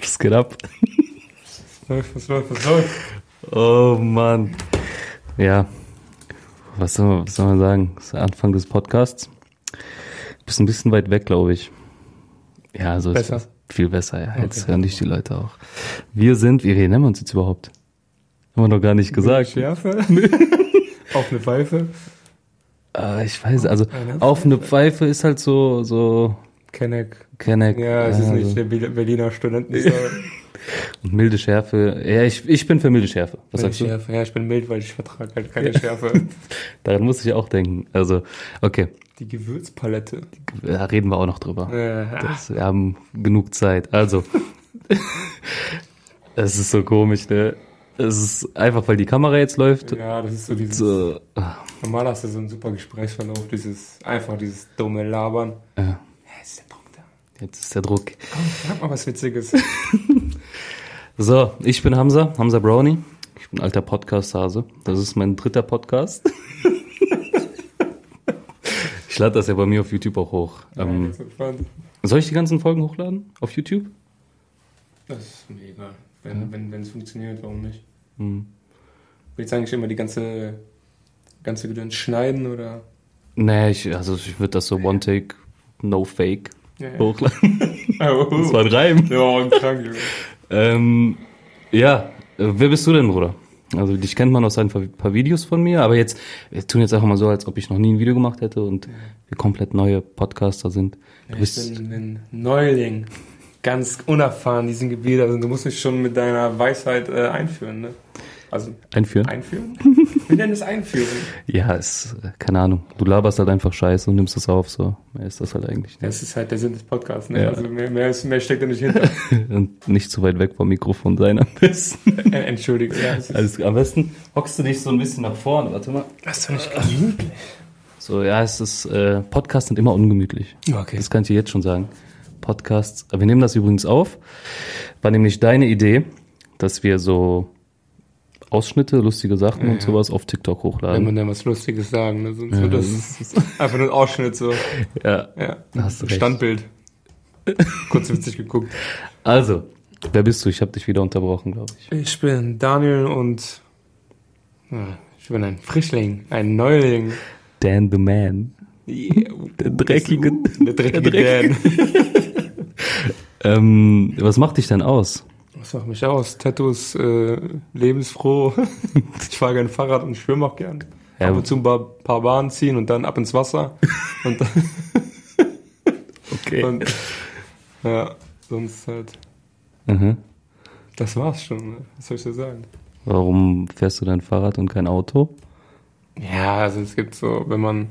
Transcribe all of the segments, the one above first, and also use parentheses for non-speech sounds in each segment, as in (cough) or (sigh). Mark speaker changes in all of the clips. Speaker 1: Was geht ab?
Speaker 2: Was läuft, was läuft, was läuft?
Speaker 1: Oh Mann. Ja. Was soll, man- was soll man sagen? Das ist der Anfang des Podcasts. Bist ein bisschen weit weg, glaube ich. Ja, also ist
Speaker 2: Besser?
Speaker 1: viel besser, ja. Jetzt
Speaker 2: Okay.
Speaker 1: hören dich die Leute auch. Wir sind, wie nennen wir uns jetzt überhaupt? Haben wir noch gar nicht gesagt.
Speaker 2: Schärfe?
Speaker 1: (laughs)
Speaker 2: Auf eine Pfeife?
Speaker 1: Äh, ich weiß, also
Speaker 2: Eine
Speaker 1: auf eine Pfeife ist halt so, so,
Speaker 2: Kenneck.
Speaker 1: Kenneck.
Speaker 2: Ja, es ist
Speaker 1: also-
Speaker 2: nicht der Bil- Berliner Studenten. Was
Speaker 1: Und milde Schärfe. Ja, ich, ich bin für milde Schärfe. Was sagst du?
Speaker 2: Schärfe? Ja, ich bin mild, weil ich vertrage halt keine Schärfe.
Speaker 1: Daran muss ich auch denken. Also, okay,
Speaker 2: Die Gewürzpalette.
Speaker 1: da reden wir auch noch drüber.
Speaker 2: Äh,
Speaker 1: Das, wir haben genug Zeit. Also, es ist so komisch, ne? Es ist einfach, weil die Kamera jetzt läuft.
Speaker 2: ja, das ist so dieses.
Speaker 1: So,
Speaker 2: Normal hast du so einen super Gesprächsverlauf, dieses einfach dieses dumme Labern.
Speaker 1: ja,
Speaker 2: Ja, ist der Punkt da.
Speaker 1: jetzt ist der Druck.
Speaker 2: Komm, sag mal was Witziges.
Speaker 1: So, ich bin Hamza, Hamza Brownie. Ich bin alter Podcast-Hase. Das ist mein dritter Podcast. ich lade das ja bei mir auf YouTube auch hoch.
Speaker 2: Nein,
Speaker 1: Ähm,
Speaker 2: das ist entspannt.
Speaker 1: soll ich die ganzen Folgen hochladen? Auf YouTube?
Speaker 2: Das ist mir egal. Wenn es funktioniert, warum nicht?
Speaker 1: Hm.
Speaker 2: Willst du eigentlich immer die ganze, ganze Gedöns schneiden oder?
Speaker 1: Nee, ich, also ich würde das so One-Take, No-Fake
Speaker 2: Ja, ja.
Speaker 1: hochladen.
Speaker 2: Oh,
Speaker 1: Das war ein Reim.
Speaker 2: ja, ein krank, Junge.
Speaker 1: Ähm, ja, äh, wer bist du denn, Bruder? Also dich kennt man aus ein paar- paar Videos von mir, aber jetzt wir tun jetzt einfach mal so, als ob ich noch nie ein Video gemacht hätte und wir komplett neue Podcaster sind. Du
Speaker 2: Ich
Speaker 1: bist
Speaker 2: bin ein Neuling. Ganz unerfahren in diesem Gebiet. Also du musst mich schon mit deiner Weisheit äh, einführen, ne? Also
Speaker 1: einführen?
Speaker 2: einführen? Wir nennen es einführen. (laughs)
Speaker 1: Ja, ist äh, keine Ahnung. Du laberst halt einfach Scheiße und nimmst das auf, so. Mehr ist das halt eigentlich nicht.
Speaker 2: Das ist halt der Sinn des Podcasts, ne?
Speaker 1: Ja.
Speaker 2: Also mehr, mehr, ist, mehr steckt da nicht (laughs) hinter.
Speaker 1: Und nicht zu weit weg vom Mikrofon sein am besten.
Speaker 2: Äh, Entschuldige. Ja, das ist-
Speaker 1: Also am besten hockst du dich so ein bisschen nach vorne, warte mal.
Speaker 2: das ist doch nicht gemütlich.
Speaker 1: So, ja, es ist, äh, Podcasts sind immer ungemütlich.
Speaker 2: Okay.
Speaker 1: Das kann ich dir jetzt schon sagen. Podcasts, wir nehmen das übrigens auf, war nämlich deine Idee, dass wir so Ausschnitte, lustige Sachen und
Speaker 2: ja.
Speaker 1: sowas auf TikTok
Speaker 2: Wenn
Speaker 1: hochladen.
Speaker 2: man dann was Lustiges sagen, ne? Sonst wird
Speaker 1: Ja,
Speaker 2: das einfach nur ein Ausschnitt so.
Speaker 1: Ja,
Speaker 2: Ja.
Speaker 1: hast du recht.
Speaker 2: Standbild. Kurz witzig geguckt.
Speaker 1: Also, wer bist du? Ich habe dich wieder unterbrochen, glaube ich.
Speaker 2: Ich bin Daniel und ja, ich bin ein Frischling, ein Neuling.
Speaker 1: (laughs) Dan the Man.
Speaker 2: der
Speaker 1: dreckige-
Speaker 2: der dreckige
Speaker 1: der
Speaker 2: Dan.
Speaker 1: Ähm, was macht dich denn aus?
Speaker 2: Was macht mich aus? Tattoos, äh, lebensfroh. (laughs) Ich fahre gern Fahrrad und schwimme auch gern.
Speaker 1: Ja.
Speaker 2: Ab und zu ein paar, paar Bahnen ziehen und dann ab
Speaker 1: (laughs)
Speaker 2: ins Wasser. Und,
Speaker 1: Okay.
Speaker 2: und ja, sonst halt.
Speaker 1: Mhm.
Speaker 2: Das war's schon. Ne? Was soll ich dir sagen?
Speaker 1: Warum fährst du dein Fahrrad und kein Auto?
Speaker 2: Ja, also es gibt so, wenn man.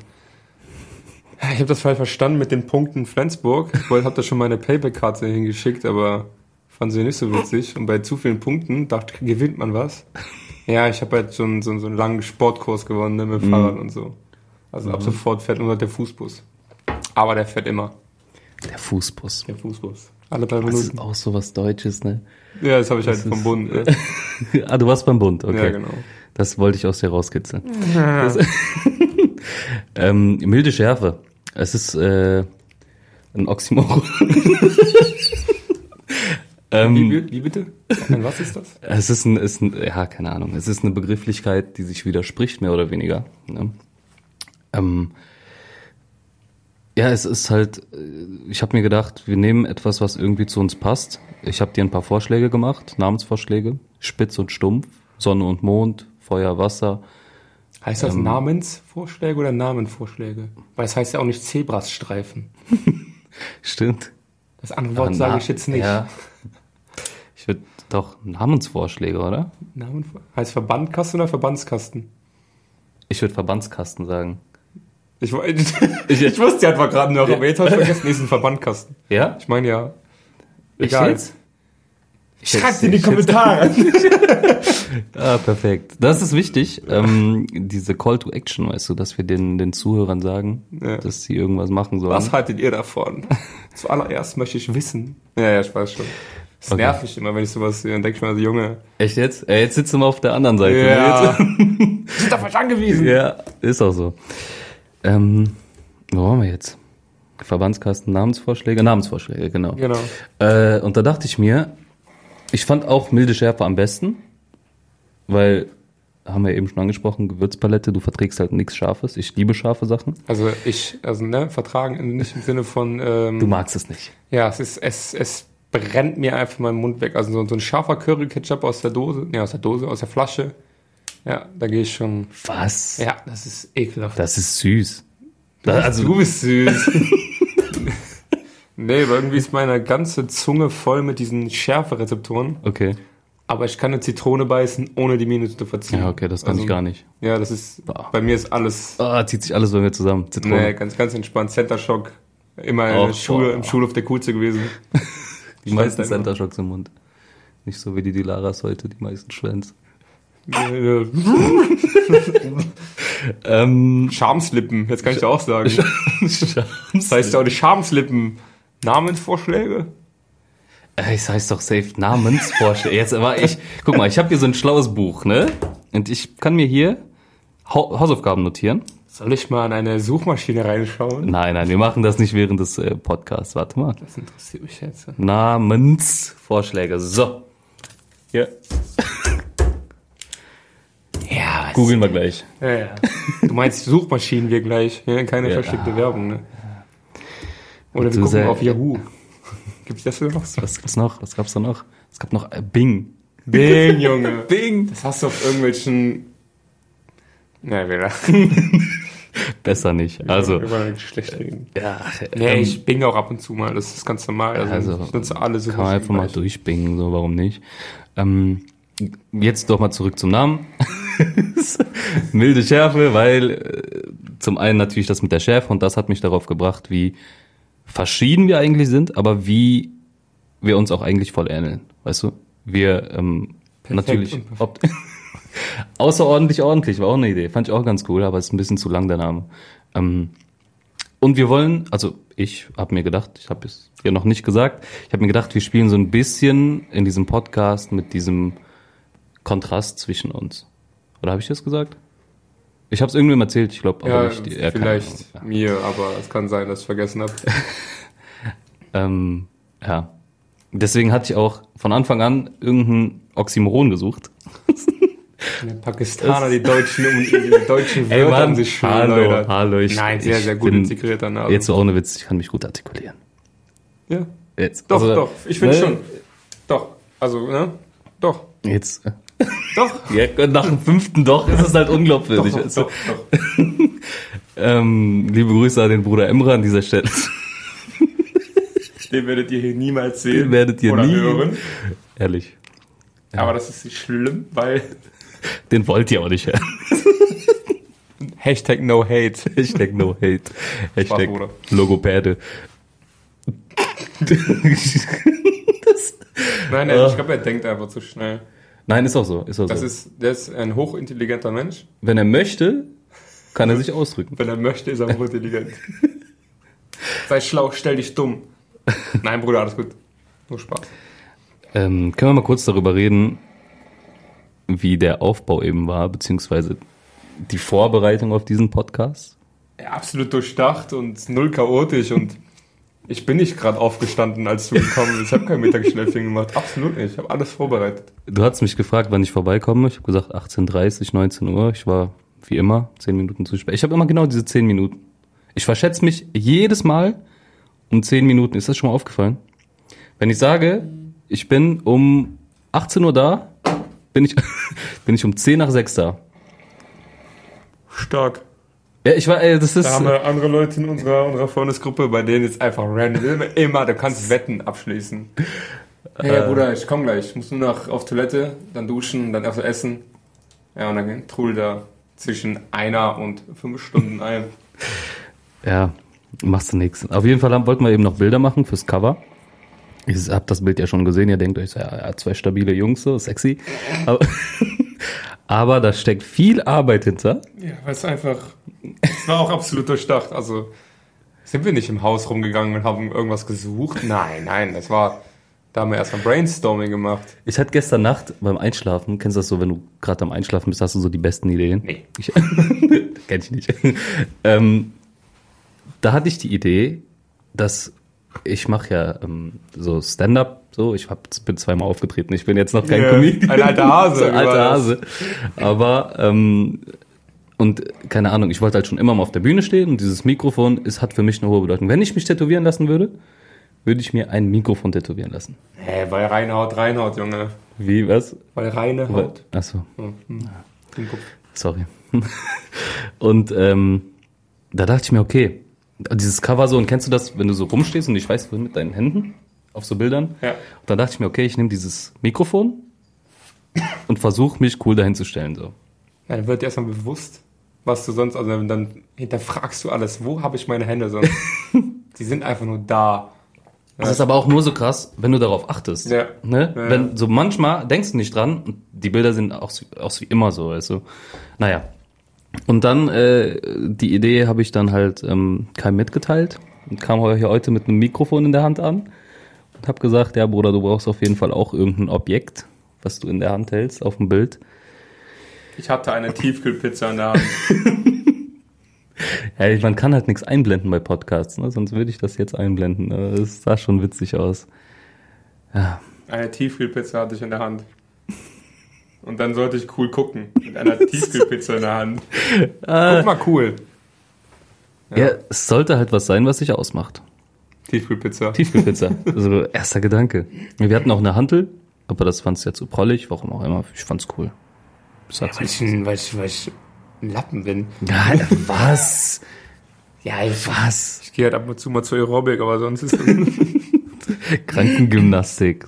Speaker 2: Ja, Ich habe das falsch verstanden mit den Punkten Flensburg. Ich habe da schon meine Payback-Karte hingeschickt, aber fanden sie nicht so witzig. Und bei zu vielen Punkten dachte ich, gewinnt man was. Ja, ich habe halt schon so, so einen langen Sportkurs gewonnen ne, mit Fahrrad und so. Also ab sofort fährt nur noch der Fußbus. Aber der fährt immer.
Speaker 1: Der Fußbus.
Speaker 2: Der Fußbus. Alle drei
Speaker 1: Das
Speaker 2: Minuten.
Speaker 1: ist auch sowas Deutsches, ne?
Speaker 2: Ja, das habe ich halt vom Bund. Ne?
Speaker 1: ah, du warst beim Bund, okay.
Speaker 2: Ja, genau.
Speaker 1: Das wollte ich aus dir rauskitzeln. Das- (laughs) ähm, milde Schärfe. Es ist äh, ein Oxymoron. (laughs)
Speaker 2: Wie,
Speaker 1: ähm,
Speaker 2: bi- wie bitte? Nein, was ist das?
Speaker 1: es ist ein, ist ein, ja, keine Ahnung. Es ist eine Begrifflichkeit, die sich widerspricht, mehr oder weniger. Ne? Ähm, ja, es ist halt, äh, ich habe mir gedacht, wir nehmen etwas, was irgendwie zu uns passt. Ich habe dir ein paar Vorschläge gemacht, Namensvorschläge. Spitz und Stumpf, Sonne und Mond, Feuer, Wasser. (laughs)
Speaker 2: Heißt
Speaker 1: Ähm.
Speaker 2: das Namensvorschläge oder Namenvorschläge? Weil es heißt ja auch nicht Zebrastreifen.
Speaker 1: Stimmt.
Speaker 2: Das andere Wort
Speaker 1: Ah,
Speaker 2: sage
Speaker 1: na-
Speaker 2: ich jetzt nicht.
Speaker 1: Ja. Ich würde doch Namensvorschläge, oder?
Speaker 2: Namen, heißt Verbandkasten oder Verbandskasten?
Speaker 1: Ich würde Verbandskasten sagen.
Speaker 2: Ich, wo- (laughs) ich, ich wusste ja einfach gerade noch, aber jetzt habe ich vergessen, nächsten Verbandkasten.
Speaker 1: Ja?
Speaker 2: Ich meine ja,
Speaker 1: Ich
Speaker 2: egal.
Speaker 1: jetzt? Ich
Speaker 2: Schreibt
Speaker 1: jetzt-
Speaker 2: in die
Speaker 1: ich jetzt- (laughs)
Speaker 2: Kommentare.
Speaker 1: Ah, perfekt. Das ist wichtig. Ähm, diese Call to Action, weißt du, dass wir den, den Zuhörern sagen,
Speaker 2: Ja.
Speaker 1: dass sie irgendwas machen sollen.
Speaker 2: Was haltet ihr davon? Zuallererst möchte ich wissen. Ja, ja, ich weiß schon. Es
Speaker 1: Okay.
Speaker 2: nervt mich immer, wenn ich sowas sehe. Dann denke ich mir, also, Junge,
Speaker 1: Echt jetzt? Äh, jetzt sitzen wir auf der anderen Seite. ne?
Speaker 2: ja.
Speaker 1: (laughs)
Speaker 2: sind auf euch angewiesen.
Speaker 1: Jetzt- ja, ist auch so. Ähm, wo waren wir jetzt? Verbandskasten, Namensvorschläge, Namensvorschläge, genau.
Speaker 2: Genau.
Speaker 1: Äh, und da dachte ich mir, Ich fand auch milde Schärfe am besten, weil, haben wir eben schon angesprochen, Gewürzpalette, du verträgst halt nichts Scharfes. Ich liebe scharfe Sachen.
Speaker 2: Also ich, also ne, vertragen nicht im Sinne von, ähm,
Speaker 1: Du magst es nicht.
Speaker 2: ja, es ist, es, es brennt mir einfach meinen Mund weg. Also so, so ein scharfer Curry-Ketchup aus der Dose, ne, aus der Dose, aus der Flasche. Ja, da gehe ich schon.
Speaker 1: Was?
Speaker 2: Ja, das ist ekelhaft.
Speaker 1: Das ist süß. Da, also,
Speaker 2: du bist süß. (laughs) nee, aber irgendwie ist meine ganze Zunge voll mit diesen Schärferezeptoren.
Speaker 1: okay.
Speaker 2: Aber ich kann eine Zitrone beißen, ohne die Miene zu verziehen.
Speaker 1: Ja, okay, das kann
Speaker 2: Also,
Speaker 1: ich gar nicht.
Speaker 2: Ja, das ist,
Speaker 1: Bah.
Speaker 2: bei mir ist alles
Speaker 1: Ah, zieht sich alles bei mir zusammen. Zitrone.
Speaker 2: nee, ganz, ganz entspannt. Center Shock, immer in
Speaker 1: Och,
Speaker 2: der Schule,
Speaker 1: Oh, boah.
Speaker 2: im Schulhof der Coolste gewesen.
Speaker 1: (laughs) die meisten
Speaker 2: Schwänze einfach.
Speaker 1: Center Shocks im Mund. Nicht so wie die Dilaras heute, die meisten Schwänze. (laughs) Ähm,
Speaker 2: Schamslippen, jetzt kann ich dir auch sagen.
Speaker 1: Schams.
Speaker 2: Das heißt ja auch die Schamslippen. Namensvorschläge?
Speaker 1: Äh, Es heißt doch Safe Namensvorschläge. Jetzt aber ich, guck mal, ich habe hier so ein schlaues Buch, ne? Und ich kann mir hier Hau- Hausaufgaben notieren.
Speaker 2: Soll ich mal in eine Suchmaschine reinschauen?
Speaker 1: Nein, nein, wir machen das nicht während des äh, Podcasts. Warte mal.
Speaker 2: Das interessiert mich jetzt.
Speaker 1: Namensvorschläge. So.
Speaker 2: Ja.
Speaker 1: Ja, googeln wir gleich.
Speaker 2: ja, ja. Du meinst Suchmaschinen wir gleich. Ja, keine
Speaker 1: Ja.
Speaker 2: versteckte Werbung, ne? Oder
Speaker 1: Zu
Speaker 2: wir gucken
Speaker 1: sehr-
Speaker 2: auf Yahoo. Gibt's das denn noch?
Speaker 1: Was gibt's noch? Was gab's da noch? Es gab noch äh, Bing.
Speaker 2: Bing, Junge.
Speaker 1: Bing.
Speaker 2: Das hast du auf irgendwelchen. Nein, wir
Speaker 1: Besser nicht. Also,
Speaker 2: Über schlecht reden.
Speaker 1: ja.
Speaker 2: Nee,
Speaker 1: ähm,
Speaker 2: ich bing auch ab und zu mal, das ist ganz normal. Also,
Speaker 1: Also,
Speaker 2: ich nutze alle
Speaker 1: Kann man
Speaker 2: Suchmaschinen.
Speaker 1: einfach mal
Speaker 2: gleich.
Speaker 1: durchbingen, so, warum nicht? Ähm, jetzt doch mal zurück zum Namen. (laughs) Milde Schärfe, weil äh, zum einen natürlich das mit der Schärfe und das hat mich darauf gebracht, wie verschieden wir eigentlich sind, aber wie wir uns auch eigentlich voll ähneln, weißt du? Wir ähm, natürlich
Speaker 2: und
Speaker 1: ob, (laughs) außerordentlich ordentlich war auch eine Idee, fand ich auch ganz cool, aber ist ein bisschen zu lang der Name. Ähm, und wir wollen, also ich habe mir gedacht, ich habe es dir noch nicht gesagt, ich habe mir gedacht, wir spielen so ein bisschen in diesem Podcast mit diesem Kontrast zwischen uns. Oder habe ich das gesagt? Ich habe es irgendwem erzählt, ich glaube,
Speaker 2: Ja,
Speaker 1: nicht. ja, keine Ahnung.
Speaker 2: vielleicht mir, aber es kann sein, dass ich vergessen habe.
Speaker 1: Ähm, ja. Deswegen hatte ich auch von Anfang an irgendein Oxymoron gesucht.
Speaker 2: Die Pakistaner, die deutschen,
Speaker 1: (laughs)
Speaker 2: um- die deutschen
Speaker 1: Ey,
Speaker 2: Wörter
Speaker 1: Mann,
Speaker 2: haben sich schön,
Speaker 1: hallo,
Speaker 2: Leute.
Speaker 1: hallo, ich-
Speaker 2: Nein, sehr,
Speaker 1: ich
Speaker 2: sehr gut
Speaker 1: bin-
Speaker 2: integriert dann. Also.
Speaker 1: Jetzt so ohne Witz, ich kann mich gut artikulieren.
Speaker 2: Ja.
Speaker 1: Jetzt.
Speaker 2: Doch,
Speaker 1: also,
Speaker 2: doch, ich finde
Speaker 1: ne?
Speaker 2: schon. Doch, also, ne? Doch,
Speaker 1: Jetzt. äh,
Speaker 2: doch.
Speaker 1: Ja, nach dem fünften Doch ist es halt
Speaker 2: Doch,
Speaker 1: unglaubwürdig.
Speaker 2: doch,
Speaker 1: Also,
Speaker 2: doch, doch.
Speaker 1: ähm, liebe Grüße an den Bruder Emre an dieser Stelle. (laughs)
Speaker 2: Den werdet ihr hier niemals sehen.
Speaker 1: Den werdet ihr
Speaker 2: oder
Speaker 1: nie-
Speaker 2: hören.
Speaker 1: Ehrlich.
Speaker 2: Aber das ist nicht schlimm, weil
Speaker 1: Den wollt ihr auch nicht hören. (laughs)
Speaker 2: Hashtag no hate.
Speaker 1: Hashtag no hate. Hashtag
Speaker 2: Bruder.
Speaker 1: Logopäde. (laughs) das,
Speaker 2: Nein, er- ich glaube, er denkt einfach zu schnell.
Speaker 1: nein, ist auch so. Ist auch
Speaker 2: Das
Speaker 1: Ah. so.
Speaker 2: ist, der ist ein hochintelligenter Mensch.
Speaker 1: Wenn er möchte, kann er sich ausdrücken.
Speaker 2: Wenn er möchte, ist er hochintelligent. Sei schlau, stell dich dumm. Nein, Bruder, alles gut. Nur Spaß.
Speaker 1: Ähm, können wir mal kurz darüber reden, wie der Aufbau eben war, beziehungsweise die Vorbereitung auf diesen Podcast?
Speaker 2: Ja, absolut durchdacht und null chaotisch und ich bin nicht gerade aufgestanden, als du gekommen bist. Ich habe kein Mittagsschläfchen gemacht. Absolut nicht. Ich habe alles vorbereitet.
Speaker 1: Du hast mich gefragt, wann ich vorbeikomme. Ich habe gesagt 18.30 19 Uhr. Ich war wie immer 10 Minuten zu spät. Ich habe immer genau diese 10 Minuten. Ich verschätze mich jedes Mal um 10 Minuten. Ist das schon mal aufgefallen? Wenn ich sage, ich bin um 18 Uhr da, bin ich, (laughs) bin ich um 10 nach 6 da.
Speaker 2: Stark.
Speaker 1: Ja, ich war, ey, das ist.
Speaker 2: Da haben wir andere Leute in unserer, unserer Freundesgruppe, bei denen ist einfach random. Immer, immer, du kannst Wetten abschließen. Äh, Hey Bruder, ich komm gleich. Ich muss nur noch auf Toilette, dann duschen, dann erst essen. Ja, und dann trudel da zwischen einer und fünf Stunden ein.
Speaker 1: Ja, machst du nichts. Auf jeden Fall haben, wollten wir eben noch Bilder machen fürs Cover. Ich hab das Bild ja schon gesehen, ihr denkt euch, so, ja, ja, zwei stabile Jungs, so sexy. Aber, (laughs) aber da steckt viel Arbeit hinter.
Speaker 2: Ja, weil es einfach. Es war auch absolut durchdacht. Also sind wir nicht im Haus rumgegangen und haben irgendwas gesucht? Nein, nein, das war. Da haben wir erstmal Brainstorming gemacht.
Speaker 1: Ich hatte gestern Nacht beim Einschlafen, kennst du das so, wenn du gerade am Einschlafen bist, hast du so die besten Ideen?
Speaker 2: Nee.
Speaker 1: Ich, (laughs) kenn ich nicht. ähm, da hatte ich die Idee, dass ich mache ja ähm, so Stand-up, so ich hab, bin zweimal aufgetreten, ich bin jetzt noch kein Comedian.
Speaker 2: Ein alter
Speaker 1: (laughs)
Speaker 2: Hase.
Speaker 1: so alter
Speaker 2: war das.
Speaker 1: Hase. Aber ähm, und keine Ahnung, ich wollte halt schon immer mal auf der Bühne stehen und dieses Mikrofon ist, hat für mich eine hohe Bedeutung. Wenn ich mich tätowieren lassen würde, würde ich mir ein Mikrofon tätowieren lassen.
Speaker 2: Hä, weil Reinhaut, Reinhaut, Junge.
Speaker 1: Wie, was?
Speaker 2: Weil reine Haut.
Speaker 1: Achso,
Speaker 2: Im Kopf.
Speaker 1: sorry. (laughs) und ähm, da dachte ich mir, okay, dieses Cover so, und kennst du das, wenn du so rumstehst und ich weiß, wohin mit deinen Händen auf so Bildern?
Speaker 2: Ja.
Speaker 1: Und dann dachte ich mir, okay, ich nehme dieses Mikrofon und versuche mich cool dahin zu stellen. So.
Speaker 2: Ja, dann wird dir erstmal bewusst, was du sonst, also dann- dann hinterfragst du alles. Wo habe ich meine Hände (laughs) sonst? Die sind einfach nur da.
Speaker 1: Das ist aber auch nur so krass, wenn du darauf achtest.
Speaker 2: Ja.
Speaker 1: Ne?
Speaker 2: Ja,
Speaker 1: Wenn so manchmal denkst du nicht dran, und die Bilder sind auch, auch wie immer so, weißt du. Naja. Und dann äh, die Idee habe ich dann halt ähm, Kai mitgeteilt und kam hier heute mit einem Mikrofon in der Hand an und habe gesagt, ja Bruder, du brauchst auf jeden Fall auch irgendein Objekt, was du in der Hand hältst auf dem Bild.
Speaker 2: Ich hatte eine Tiefkühlpizza in der Hand.
Speaker 1: Ja, man kann halt nichts einblenden bei Podcasts, ne? sonst würde ich das jetzt einblenden. aber Es sah schon witzig aus.
Speaker 2: Eine Tiefkühlpizza hatte ich in der Hand. Und dann sollte ich cool gucken. Mit (laughs) einer Tiefkühlpizza in der Hand. Guck mal cool.
Speaker 1: Ja, es sollte halt was sein, was sich ausmacht.
Speaker 2: Tiefkühlpizza.
Speaker 1: Tiefkühlpizza. Also erster Gedanke. Wir hatten auch eine Hantel, aber das fand's ja zu prollig, warum auch immer. Ich fand's cool. Sag's
Speaker 2: Weil ich, ein, weil, ich, weil ich ein Lappen bin.
Speaker 1: ja, was?
Speaker 2: Ja, ich,
Speaker 1: Was?
Speaker 2: ich gehe halt ab und zu mal zur Aerobic, aber sonst ist
Speaker 1: Krankengymnastik.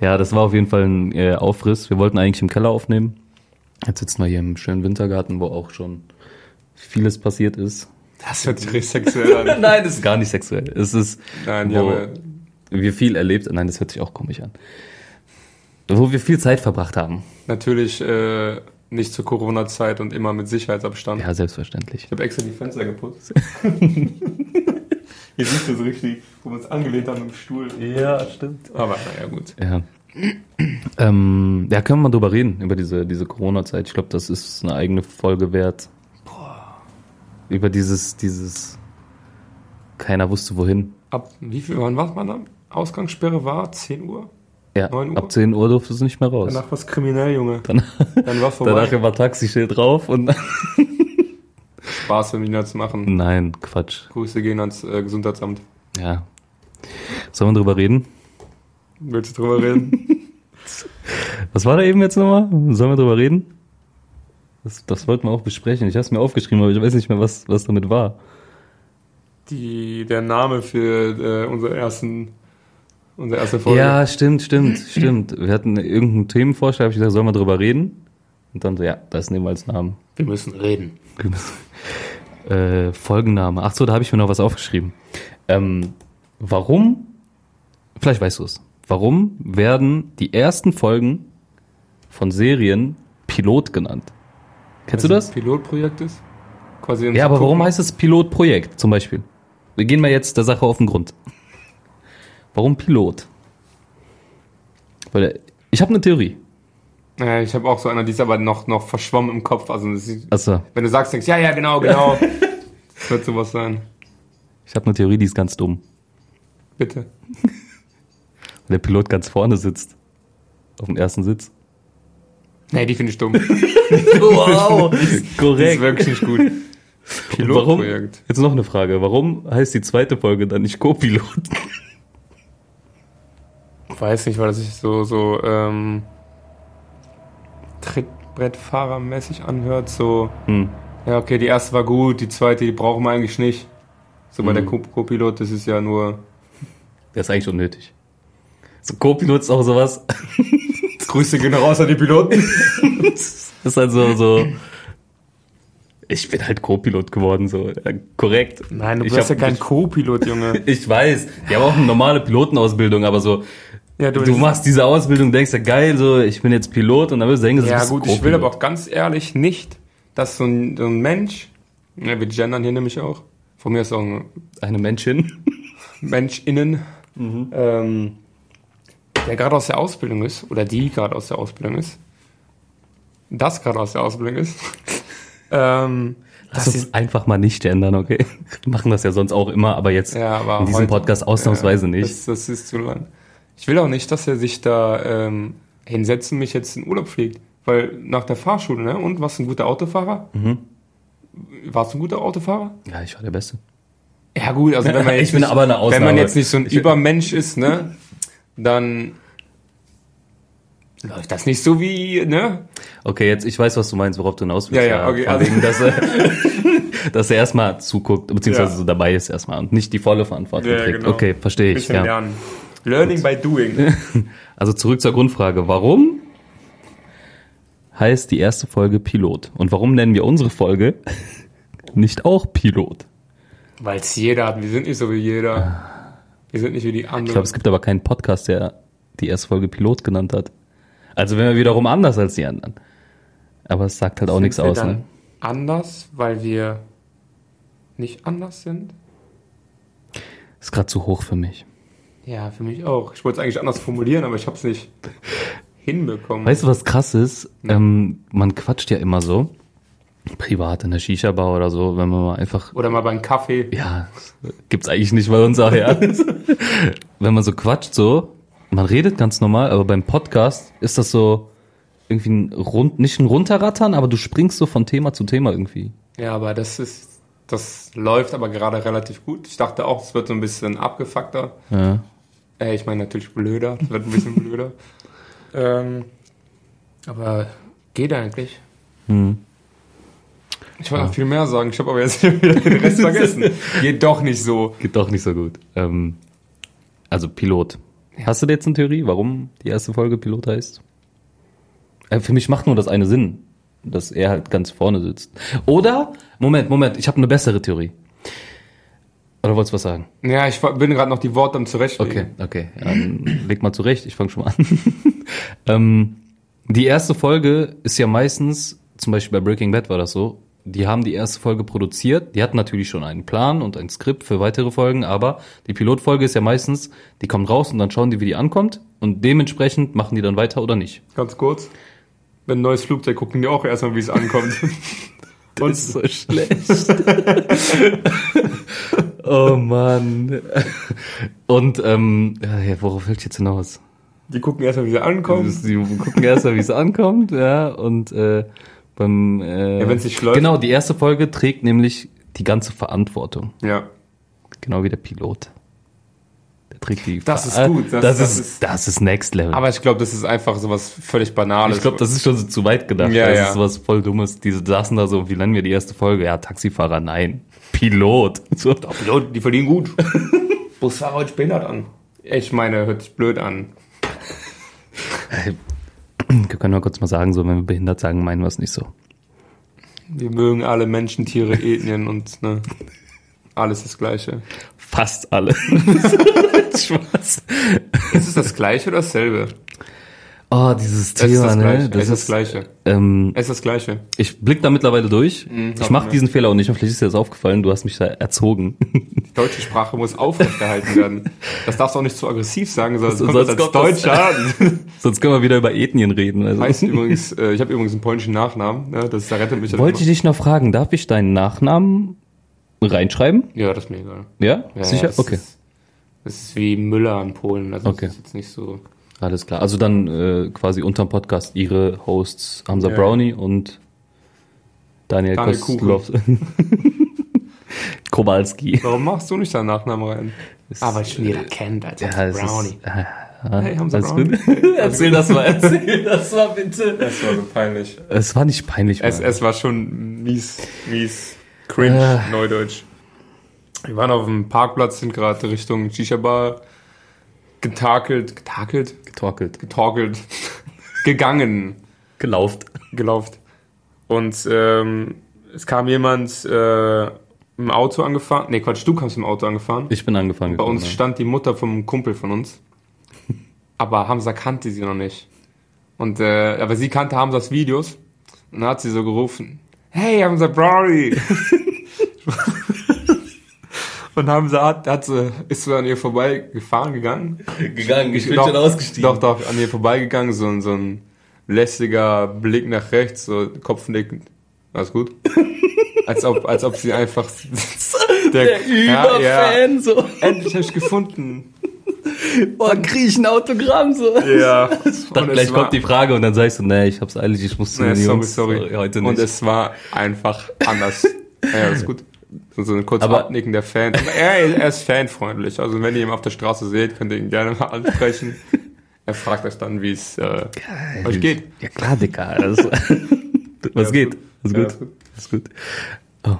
Speaker 1: Ja, das war auf jeden Fall ein äh, Aufriss. Wir wollten eigentlich im Keller aufnehmen. Jetzt sitzen wir hier im schönen Wintergarten, wo auch schon vieles passiert ist.
Speaker 2: das hört sich richtig (laughs) sexuell an.
Speaker 1: Nein, das ist (laughs) gar nicht sexuell. Es ist,
Speaker 2: Nein,
Speaker 1: Wo-
Speaker 2: Junge.
Speaker 1: wir viel erlebt. Nein, das hört sich auch komisch an. Wo wir viel Zeit verbracht haben.
Speaker 2: Natürlich äh, nicht zur Corona-Zeit und immer mit Sicherheitsabstand.
Speaker 1: Ja, selbstverständlich.
Speaker 2: Ich habe extra die
Speaker 1: (laughs)
Speaker 2: Fenster geputzt. Hier siehst du es richtig, wo wir uns angelehnt haben im Stuhl.
Speaker 1: Ja, stimmt.
Speaker 2: Aber naja, gut.
Speaker 1: Ja. Ähm, ja, können wir mal drüber reden, über diese, diese Corona-Zeit. Ich glaube, das ist eine eigene Folge wert. Boah. Über dieses, dieses, keiner wusste wohin.
Speaker 2: Ab wie viel, wann war man am Ausgangssperre war? 10 Uhr?
Speaker 1: Ja,
Speaker 2: 9 Uhr?
Speaker 1: ab 10 Uhr durfte es nicht mehr raus.
Speaker 2: Danach war es kriminell, Junge.
Speaker 1: Dann,
Speaker 2: Dann war vorbei.
Speaker 1: danach war Taxischild drauf und (laughs)
Speaker 2: Spaß, wenn wir nichts machen.
Speaker 1: nein, Quatsch.
Speaker 2: Grüße gehen ans äh, Gesundheitsamt.
Speaker 1: Ja. Sollen wir drüber reden?
Speaker 2: Willst du
Speaker 1: (laughs)
Speaker 2: drüber reden?
Speaker 1: Was war da eben jetzt nochmal? Sollen wir drüber reden? Das, das wollten wir auch besprechen. Ich habe es mir aufgeschrieben, aber ich weiß nicht mehr, was, was damit war.
Speaker 2: Die, der Name für äh, unsere ersten, unsere erste Folge.
Speaker 1: Ja, stimmt, stimmt, stimmt. Wir hatten irgendeinen Themenvorschlag, hab ich gesagt, sollen wir drüber reden? Und dann so, ja, das nehmen wir als Namen. (laughs)
Speaker 2: Wir müssen reden.
Speaker 1: Äh, Folgenname. Ach so, da habe ich mir noch was aufgeschrieben. Ähm, warum, vielleicht weißt du es, warum werden die ersten Folgen von Serien Pilot genannt? Kennst du das?
Speaker 2: Pilotprojekt ist? Quasi um
Speaker 1: Ja,
Speaker 2: zu
Speaker 1: aber warum
Speaker 2: gucken.
Speaker 1: heißt es Pilotprojekt zum Beispiel? Wir gehen mal jetzt der Sache auf den Grund. Warum Pilot? Weil äh, ich habe eine Theorie.
Speaker 2: Ja, ich habe auch so eine, die ist aber noch, noch verschwommen im Kopf. Also das ist-
Speaker 1: Achso.
Speaker 2: wenn du sagst, denkst ja, ja, genau, genau. (laughs) das wird sowas sein.
Speaker 1: Ich habe eine Theorie, die ist ganz dumm.
Speaker 2: Bitte.
Speaker 1: Weil der Pilot ganz vorne sitzt. Auf dem ersten
Speaker 2: (laughs)
Speaker 1: Sitz.
Speaker 2: Nee, die finde ich dumm. Die
Speaker 1: (laughs) Wow,
Speaker 2: ist
Speaker 1: korrekt.
Speaker 2: wirklich nicht gut.
Speaker 1: Und Warum?
Speaker 2: (laughs) Pilotprojekt.
Speaker 1: Jetzt noch eine Frage. Warum heißt die zweite Folge dann nicht Co-Pilot?
Speaker 2: Weiß nicht, weil das sich so, so ähm, Trittbrettfahrermäßig anhört. So,
Speaker 1: Hm.
Speaker 2: ja, okay, die erste war gut, die zweite, die brauchen wir eigentlich nicht. So bei
Speaker 1: Mhm.
Speaker 2: der Co- Co-Pilot, das ist ja nur.
Speaker 1: Der ist eigentlich unnötig. So Co-Pilot ist auch sowas.
Speaker 2: (laughs) Grüße gehen raus an die Piloten.
Speaker 1: (laughs) ist halt so, so. Ich bin halt Co-Pilot geworden, so. Ja, korrekt.
Speaker 2: Nein, du
Speaker 1: Ich
Speaker 2: bist ja
Speaker 1: hab-
Speaker 2: kein Co-Pilot, Junge.
Speaker 1: (laughs) Ich weiß, die haben auch eine normale Pilotenausbildung, aber so,
Speaker 2: (laughs) Ja,
Speaker 1: du machst diese Ausbildung, denkst ja geil, so, ich bin jetzt Pilot und dann wirst du denken,
Speaker 2: Ja
Speaker 1: bist du
Speaker 2: gut, ich will
Speaker 1: Co-Pilot.
Speaker 2: aber auch ganz ehrlich nicht, dass so ein, so ein Mensch, ja, wir gendern hier nämlich auch, von mir ist auch ein
Speaker 1: Eine Menschin.
Speaker 2: MenschInnen, ähm, der gerade aus der Ausbildung ist, oder die gerade aus der Ausbildung ist, das gerade aus der Ausbildung ist, Ähm,
Speaker 1: Lass
Speaker 2: dass
Speaker 1: uns einfach mal nicht ändern, okay? (laughs) Wir machen das ja sonst auch immer, aber jetzt
Speaker 2: die- ja, aber
Speaker 1: in diesem
Speaker 2: heute-
Speaker 1: Podcast ausnahmsweise
Speaker 2: ja,
Speaker 1: nicht.
Speaker 2: Das, das ist zu lang. Ich will auch nicht, dass er sich da ähm, hinsetzt und mich jetzt in Urlaub fliegt. Weil nach der Fahrschule, ne? Und warst du ein guter Autofahrer?
Speaker 1: Mhm.
Speaker 2: Warst du ein guter Autofahrer?
Speaker 1: Ja, ich war der Beste.
Speaker 2: Ja gut, also wenn
Speaker 1: (laughs)
Speaker 2: man
Speaker 1: Ich
Speaker 2: jetzt
Speaker 1: bin
Speaker 2: nicht,
Speaker 1: aber eine
Speaker 2: wenn
Speaker 1: Ausnahme.
Speaker 2: man jetzt nicht so ein
Speaker 1: Ich-
Speaker 2: Übermensch ist, ne, dann läuft das nicht so wie, ne?
Speaker 1: Okay, jetzt, ich weiß, was du meinst, worauf du hinaus willst.
Speaker 2: Ja, ja, okay,
Speaker 1: Vor
Speaker 2: also-
Speaker 1: allem, dass, er,
Speaker 2: (laughs)
Speaker 1: dass er erstmal zuguckt, beziehungsweise
Speaker 2: Ja.
Speaker 1: so dabei ist erstmal und nicht die volle Verantwortung
Speaker 2: Ja,
Speaker 1: trägt.
Speaker 2: genau.
Speaker 1: Okay, verstehe ich. Ja.
Speaker 2: lernen. Learning by doing.
Speaker 1: Also zurück zur Grundfrage. Warum heißt die erste Folge Pilot? Und warum nennen wir unsere Folge (laughs) nicht auch Pilot?
Speaker 2: Weil es jeder hat. Wir sind nicht so wie jeder. Wir sind nicht wie die anderen.
Speaker 1: Ich glaube, es gibt aber keinen Podcast, der die erste Folge Pilot genannt hat. Also wenn wir wiederum anders als die anderen. Aber es sagt halt auch
Speaker 2: Sind
Speaker 1: nichts
Speaker 2: wir
Speaker 1: aus,
Speaker 2: dann
Speaker 1: ne?
Speaker 2: Anders, weil wir nicht anders sind?
Speaker 1: Ist gerade zu hoch für mich.
Speaker 2: Ja, für mich auch. Ich wollte es eigentlich anders formulieren, aber ich habe es nicht hinbekommen.
Speaker 1: Weißt du, was krass ist? Ähm, man quatscht ja immer so. Privat in der Shisha-Bar oder so, wenn man mal einfach
Speaker 2: Oder mal beim Kaffee.
Speaker 1: Ja, gibt's eigentlich nicht bei uns auch, ja. Wenn man so quatscht so, man redet ganz normal, aber beim Podcast ist das so irgendwie ein rund, nicht ein runterrattern, aber du springst so von Thema zu Thema irgendwie.
Speaker 2: Ja, aber das ist, das läuft aber gerade relativ gut. Ich dachte auch, es wird so ein bisschen abgefuckter.
Speaker 1: Ja.
Speaker 2: Äh, ich meine natürlich blöder, es wird ein bisschen blöder. (laughs) Ähm, aber geht eigentlich.
Speaker 1: Hm.
Speaker 2: Ich wollte noch viel mehr sagen, ich habe aber jetzt (laughs) wieder den Rest vergessen. Geht doch nicht so.
Speaker 1: Geht doch nicht so gut. Ähm, also Pilot. Hast du da jetzt eine Theorie, warum die erste Folge Pilot heißt? Äh, für mich macht nur das eine Sinn, dass er halt ganz vorne sitzt. Oder, Moment, Moment, ich habe eine bessere Theorie. Oder wolltest du was sagen?
Speaker 2: Ja, ich war- bin gerade noch die Worte am Zurechtlegen.
Speaker 1: Okay, okay. Ja, dann leg mal zurecht, ich fange schon mal an. (laughs) ähm, die erste Folge ist ja meistens, zum Beispiel bei Breaking Bad war das so, die haben die erste Folge produziert, die hatten natürlich schon einen Plan und ein Skript für weitere Folgen, aber die Pilotfolge ist ja meistens, die kommt raus und dann schauen die, wie die ankommt und dementsprechend machen die dann weiter oder nicht.
Speaker 2: Ganz kurz. Wenn ein neues Flugzeug gucken die auch erstmal, wie
Speaker 1: (laughs)
Speaker 2: es ankommt. Und
Speaker 1: so schlecht. oh Mann. Und ähm, ja, worauf will ich jetzt hinaus?
Speaker 2: die gucken erstmal, wie sie ankommt.
Speaker 1: Sie gucken erst mal, wie es ankommt, ja, und äh, beim äh,
Speaker 2: Ja, wenn's nicht läuft.
Speaker 1: Genau, die erste Folge trägt nämlich die ganze Verantwortung,
Speaker 2: Ja.
Speaker 1: genau wie der Pilot. Der trägt die
Speaker 2: Das ist
Speaker 1: Ver-
Speaker 2: gut,
Speaker 1: Das, das,
Speaker 2: das- das
Speaker 1: ist, das ist Next Level.
Speaker 2: Aber ich glaube, das ist einfach so was völlig Banales.
Speaker 1: ich glaube, das ist schon so zu weit gedacht.
Speaker 2: Ja,
Speaker 1: das
Speaker 2: ja.
Speaker 1: ist was voll Dummes. Die saßen da so, wie nennen wir die erste Folge? Ja, Taxifahrer, nein.
Speaker 2: (laughs)
Speaker 1: Pilot. So.
Speaker 2: Die Leute, die verdienen gut. Busfahrer heute behindert an. Ich meine, hört sich blöd an.
Speaker 1: Wir können wir kurz mal sagen, so, wenn wir behindert sagen, meinen wir es nicht so.
Speaker 2: Wir mögen alle Menschen, (laughs) Tiere, Ethnien und ne, alles das Gleiche.
Speaker 1: Fast
Speaker 2: (laughs)
Speaker 1: alle. Spaß.
Speaker 2: Ist es das Gleiche oder dasselbe?
Speaker 1: Oh, dieses
Speaker 2: Es
Speaker 1: Thema,
Speaker 2: ist das
Speaker 1: ne?
Speaker 2: Gleiche.
Speaker 1: Das
Speaker 2: es ist das
Speaker 1: ist,
Speaker 2: Gleiche.
Speaker 1: ähm,
Speaker 2: Es ist das Gleiche.
Speaker 1: Ich blick da mittlerweile durch. ich
Speaker 2: hab
Speaker 1: mache
Speaker 2: mir.
Speaker 1: diesen Fehler auch nicht. Und vielleicht ist dir das aufgefallen, du hast mich da erzogen. (laughs)
Speaker 2: Die deutsche Sprache muss aufrechterhalten werden. Das darfst du auch nicht zu aggressiv sagen, sonst kommt das
Speaker 1: Sonst
Speaker 2: als
Speaker 1: kommt das-
Speaker 2: Deutscher.
Speaker 1: Sonst können wir wieder über Ethnien reden. Also.
Speaker 2: Heißt übrigens, äh, ich habe übrigens einen polnischen Nachnamen. Ne? Das rettet mich. ja
Speaker 1: Wollte ich dich noch fragen, darf ich deinen Nachnamen reinschreiben?
Speaker 2: immer. Ja, das ist mir egal.
Speaker 1: Ja?
Speaker 2: Ja, ja,
Speaker 1: Sicher?
Speaker 2: das
Speaker 1: Okay.
Speaker 2: Ist, das ist wie Müller in Polen. Also
Speaker 1: Okay.
Speaker 2: das ist jetzt nicht so.
Speaker 1: Alles klar. Also dann äh, quasi unterm Podcast ihre Hosts Hamza
Speaker 2: Ja.
Speaker 1: Brownie und Daniel,
Speaker 2: Daniel
Speaker 1: Daniel Koslov. (laughs) Kowalski.
Speaker 2: Warum machst du nicht deinen Nachnamen rein?
Speaker 1: Ist-
Speaker 2: Aber ich jeder kennt als
Speaker 1: Ja, es (laughs)
Speaker 2: Brownie.
Speaker 1: Ist, ah,
Speaker 2: Hey, Hamza
Speaker 1: alles
Speaker 2: Brownie.
Speaker 1: gut? (laughs) erzähl das mal, erzähl das mal bitte. (laughs)
Speaker 2: Es war so peinlich.
Speaker 1: Es war nicht peinlich.
Speaker 2: Es,
Speaker 1: Mann.
Speaker 2: es war schon mies, mies, cringe,
Speaker 1: Äh.
Speaker 2: neudeutsch. Wir waren auf dem Parkplatz, sind gerade Richtung Shisha-Bar getakelt, getakelt,
Speaker 1: Getorkelt.
Speaker 2: getorkelt, (laughs) gegangen.
Speaker 1: Gelauft.
Speaker 2: gelaufen. Und ähm, es kam jemand äh, im Auto angefahren. Nee, Quatsch, du kamst im Auto angefahren.
Speaker 1: Ich bin angefangen.
Speaker 2: Bei uns
Speaker 1: gekommen,
Speaker 2: stand die Mutter vom Kumpel
Speaker 1: (laughs)
Speaker 2: von uns. Aber Hamza kannte sie noch nicht. Und äh, aber sie kannte Hamzas Videos. Und dann hat sie so gerufen: Hey Hamza Brownie!
Speaker 1: (laughs)
Speaker 2: Und Hamza hat, hat so, ist so an ihr vorbeigefahren gegangen
Speaker 1: ja. gegangen. Ich bin
Speaker 2: doch,
Speaker 1: schon ausgestiegen.
Speaker 2: Doch, doch, an ihr vorbeigegangen, so, ein- so ein lästiger Blick nach rechts, so kopfnickend.
Speaker 1: (laughs)
Speaker 2: Alles gut? als, ob, als ob sie einfach.
Speaker 1: Der,
Speaker 2: Ja,
Speaker 1: Überfan,
Speaker 2: ja.
Speaker 1: so.
Speaker 2: Endlich habe ich gefunden.
Speaker 1: Boah, krieg ich ein Autogramm, so.
Speaker 2: (laughs) Ja.
Speaker 1: (laughs) Dann gleich kommt die Frage und dann sagst du, nee, ich hab's eilig, ich muss zu
Speaker 2: Nee,
Speaker 1: den
Speaker 2: sorry,
Speaker 1: Jungs, äh,
Speaker 2: sorry.
Speaker 1: heute nicht.
Speaker 2: Und es war einfach anders.
Speaker 1: (laughs)
Speaker 2: ja, alles gut. So, so ein kurzes
Speaker 1: Aber-
Speaker 2: Abnicken der Fan. Er, er ist fanfreundlich. Also wenn ihr ihn auf der Straße seht, könnt ihr ihn gerne mal ansprechen. Er fragt euch dann, wie es äh, euch geht.
Speaker 1: Ja klar, Dicker. Also, (laughs) was
Speaker 2: Ja,
Speaker 1: geht? Was
Speaker 2: Ja,
Speaker 1: gut?
Speaker 2: ist gut.
Speaker 1: Was gut? Oh Mann.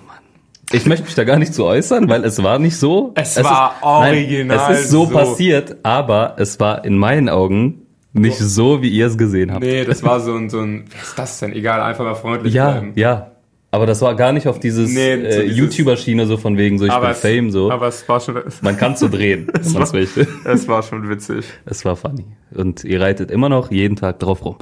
Speaker 1: Ich möchte mich da gar nicht zu äußern, weil es war nicht so.
Speaker 2: Es war original
Speaker 1: Nein, es ist so,
Speaker 2: so.
Speaker 1: passiert, aber es war in meinen Augen nicht so, wie ihr es gesehen habt.
Speaker 2: Nee, das war so ein, so ein, was ist das denn? Egal, einfach mal freundlich
Speaker 1: ja,
Speaker 2: bleiben.
Speaker 1: ja. Aber das war gar nicht auf dieses,
Speaker 2: Nee, so
Speaker 1: äh,
Speaker 2: dieses-
Speaker 1: YouTuber-Schiene so von wegen so, ich
Speaker 2: Aber
Speaker 1: bin
Speaker 2: es,
Speaker 1: Fame so.
Speaker 2: aber es war schon,
Speaker 1: Man kann so
Speaker 2: (laughs)
Speaker 1: drehen, wenn man es möchte.
Speaker 2: es war schon witzig.
Speaker 1: Es war funny. Und ihr reitet immer noch jeden Tag drauf rum.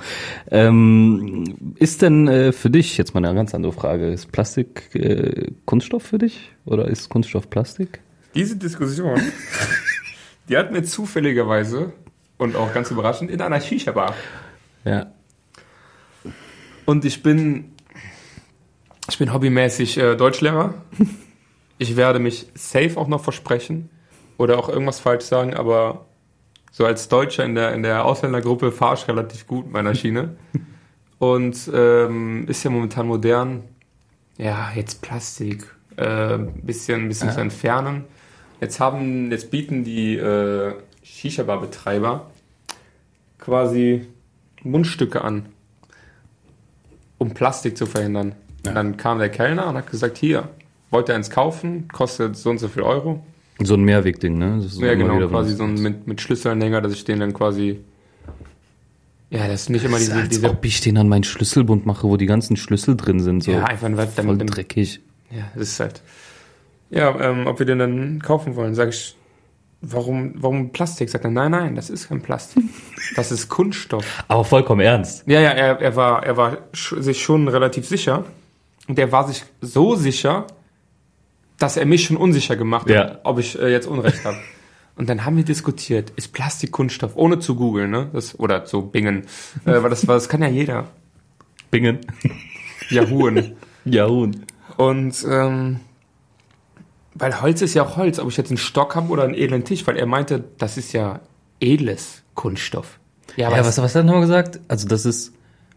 Speaker 1: Ähm, ist denn äh, für dich, jetzt mal eine ganz andere Frage, ist Plastik äh, Kunststoff für dich? Oder ist Kunststoff Plastik?
Speaker 2: Diese Diskussion, die hatten wir zufälligerweise und auch ganz überraschend in einer Shisha-Bar.
Speaker 1: Ja.
Speaker 2: Und ich bin, ich bin hobbymäßig äh, Deutschlehrer. Ich werde mich safe auch noch versprechen oder auch irgendwas falsch sagen, aber so als Deutscher in der, in der Ausländergruppe fahre ich relativ gut mit meiner Schiene. Und ähm, ist ja momentan modern. Ja, jetzt Plastik. Äh, bisschen, bisschen zu entfernen. Jetzt haben, jetzt bieten die äh, Shisha-Bar-Betreiber quasi Mundstücke an um Plastik zu verhindern. Und dann kam der Kellner und hat gesagt, hier, wollt ihr eins kaufen? Kostet so und so viel Euro.
Speaker 1: So ein Mehrwegding, ne? Das ist
Speaker 2: Ja,
Speaker 1: immer
Speaker 2: genau,
Speaker 1: wieder
Speaker 2: quasi so ein mit, mit Schlüsselanhänger, dass ich den dann quasi. Ja, das ist nicht immer
Speaker 1: Das ist, halt
Speaker 2: diese.
Speaker 1: als
Speaker 2: diese
Speaker 1: ob ich den an meinen Schlüsselbund mache, wo die ganzen Schlüssel drin sind. So.
Speaker 2: ja, einfach ein Web,
Speaker 1: Voll
Speaker 2: dann, dann,
Speaker 1: dreckig.
Speaker 2: Ja, das ist halt. Ja, ähm, ob wir den dann kaufen wollen, sage ich, warum, warum Plastik? Sagt er, nein, nein, das ist kein Plastik. Das ist Kunststoff.
Speaker 1: Aber vollkommen ernst.
Speaker 2: Ja, ja, er, er war, er war sch sich schon relativ sicher. Und er war sich so sicher, dass er mich schon unsicher gemacht
Speaker 1: Ja.
Speaker 2: hat, ob ich äh, jetzt
Speaker 1: (laughs)
Speaker 2: Unrecht habe. Und dann haben wir diskutiert, ist Plastik Kunststoff, ohne zu googeln, ne? Das, oder zu bingen. Äh, weil das, war- das kann ja jeder.
Speaker 1: Bingen.
Speaker 2: Jahuren.
Speaker 1: ja, und.
Speaker 2: Und ähm, weil Holz ist ja auch Holz, ob ich jetzt einen Stock habe oder einen edlen Tisch, weil er meinte, das ist ja edles Kunststoff.
Speaker 1: Ja, was, was hat er nochmal gesagt? Also, das ist.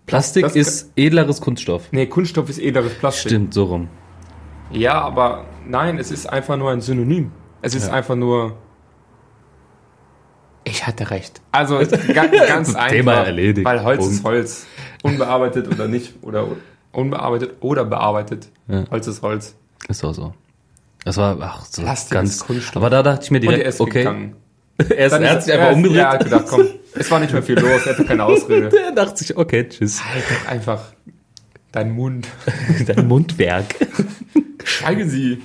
Speaker 1: Plastik
Speaker 2: Das- das-
Speaker 1: ist edleres Kunststoff.
Speaker 2: Nee, Kunststoff ist edleres Plastik.
Speaker 1: Stimmt, so rum.
Speaker 2: Ja, aber nein, es ist einfach nur ein Synonym. Es ist einfach nur. Ich hatte recht. Also
Speaker 1: (laughs)
Speaker 2: ga- ganz einfach.
Speaker 1: Thema erledigt.
Speaker 2: Weil Holz
Speaker 1: Punkt.
Speaker 2: ist Holz. Unbearbeitet oder nicht. Oder unbearbeitet oder bearbeitet. Holz ist Holz.
Speaker 1: Ist auch so. Das war ach, so
Speaker 2: Plastik ist
Speaker 1: ganz
Speaker 2: Kunststoff.
Speaker 1: Aber da dachte ich mir
Speaker 2: Und er
Speaker 1: direkt,
Speaker 2: ist
Speaker 1: okay, (laughs)
Speaker 2: gegangen.
Speaker 1: er ist,
Speaker 2: Dann
Speaker 1: er hat
Speaker 2: ist-
Speaker 1: sich einfach
Speaker 2: ist-
Speaker 1: umgedreht.
Speaker 2: Er hat gedacht,
Speaker 1: (laughs)
Speaker 2: komm, es war nicht mehr viel los, er hatte keine Ausrede.
Speaker 1: Der dachte sich, okay, tschüss.
Speaker 2: Halt doch einfach deinen Mund.
Speaker 1: Dein
Speaker 2: (laughs)
Speaker 1: Mundwerk.
Speaker 2: Schweige sie.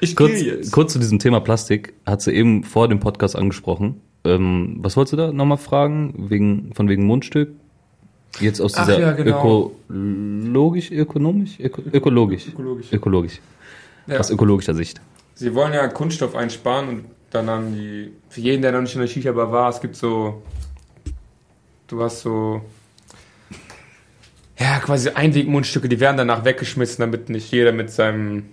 Speaker 2: Ich
Speaker 1: kurz,
Speaker 2: gehe jetzt.
Speaker 1: kurz zu diesem Thema Plastik. Hat sie eben vor dem Podcast angesprochen. Ähm, was wolltest du da nochmal fragen? Wegen, von wegen Mundstück? Jetzt aus
Speaker 2: Ach
Speaker 1: dieser
Speaker 2: ja, genau.
Speaker 1: ökologisch, ökonomisch? Öko, ökologisch.
Speaker 2: Ökologisch.
Speaker 1: Ökologisch.
Speaker 2: Ja.
Speaker 1: Aus ökologischer Sicht.
Speaker 2: Sie wollen ja Kunststoff einsparen und dann haben die, für jeden, der noch nicht in der Shisha-Bar war, es gibt so, du hast so, ja, quasi Einwegmundstücke, die werden danach weggeschmissen, damit nicht jeder mit seinem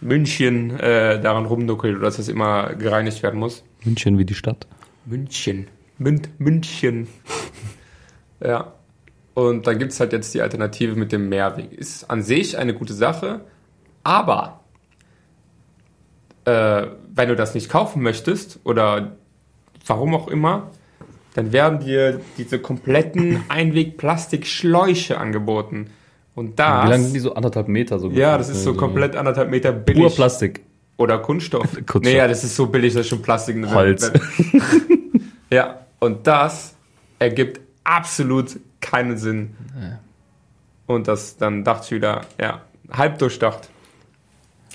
Speaker 2: München äh, daran rumduckelt oder dass das immer gereinigt werden muss.
Speaker 1: München wie die Stadt.
Speaker 2: München. Mün München. (laughs) ja. Und da gibt es halt jetzt die Alternative mit dem Mehrweg. Ist an sich eine gute Sache, aber äh, wenn du das nicht kaufen möchtest oder warum auch immer, dann werden dir diese kompletten Einweg-Plastikschläuche angeboten. Und
Speaker 1: Wie lang sind
Speaker 2: das,
Speaker 1: die so anderthalb Meter so?
Speaker 2: ja, das ist Oh, so komplett anderthalb Meter billig.
Speaker 1: Pur Plastik.
Speaker 2: Oder Kunststoff.
Speaker 1: (laughs) Kunststoff.
Speaker 2: Naja, das ist so billig, das ist schon Plastik. drin.
Speaker 1: Holz.
Speaker 2: (laughs) ja, und das ergibt absolut keinen Sinn. Und das, dann dachte ich wieder, ja, halb durchdacht.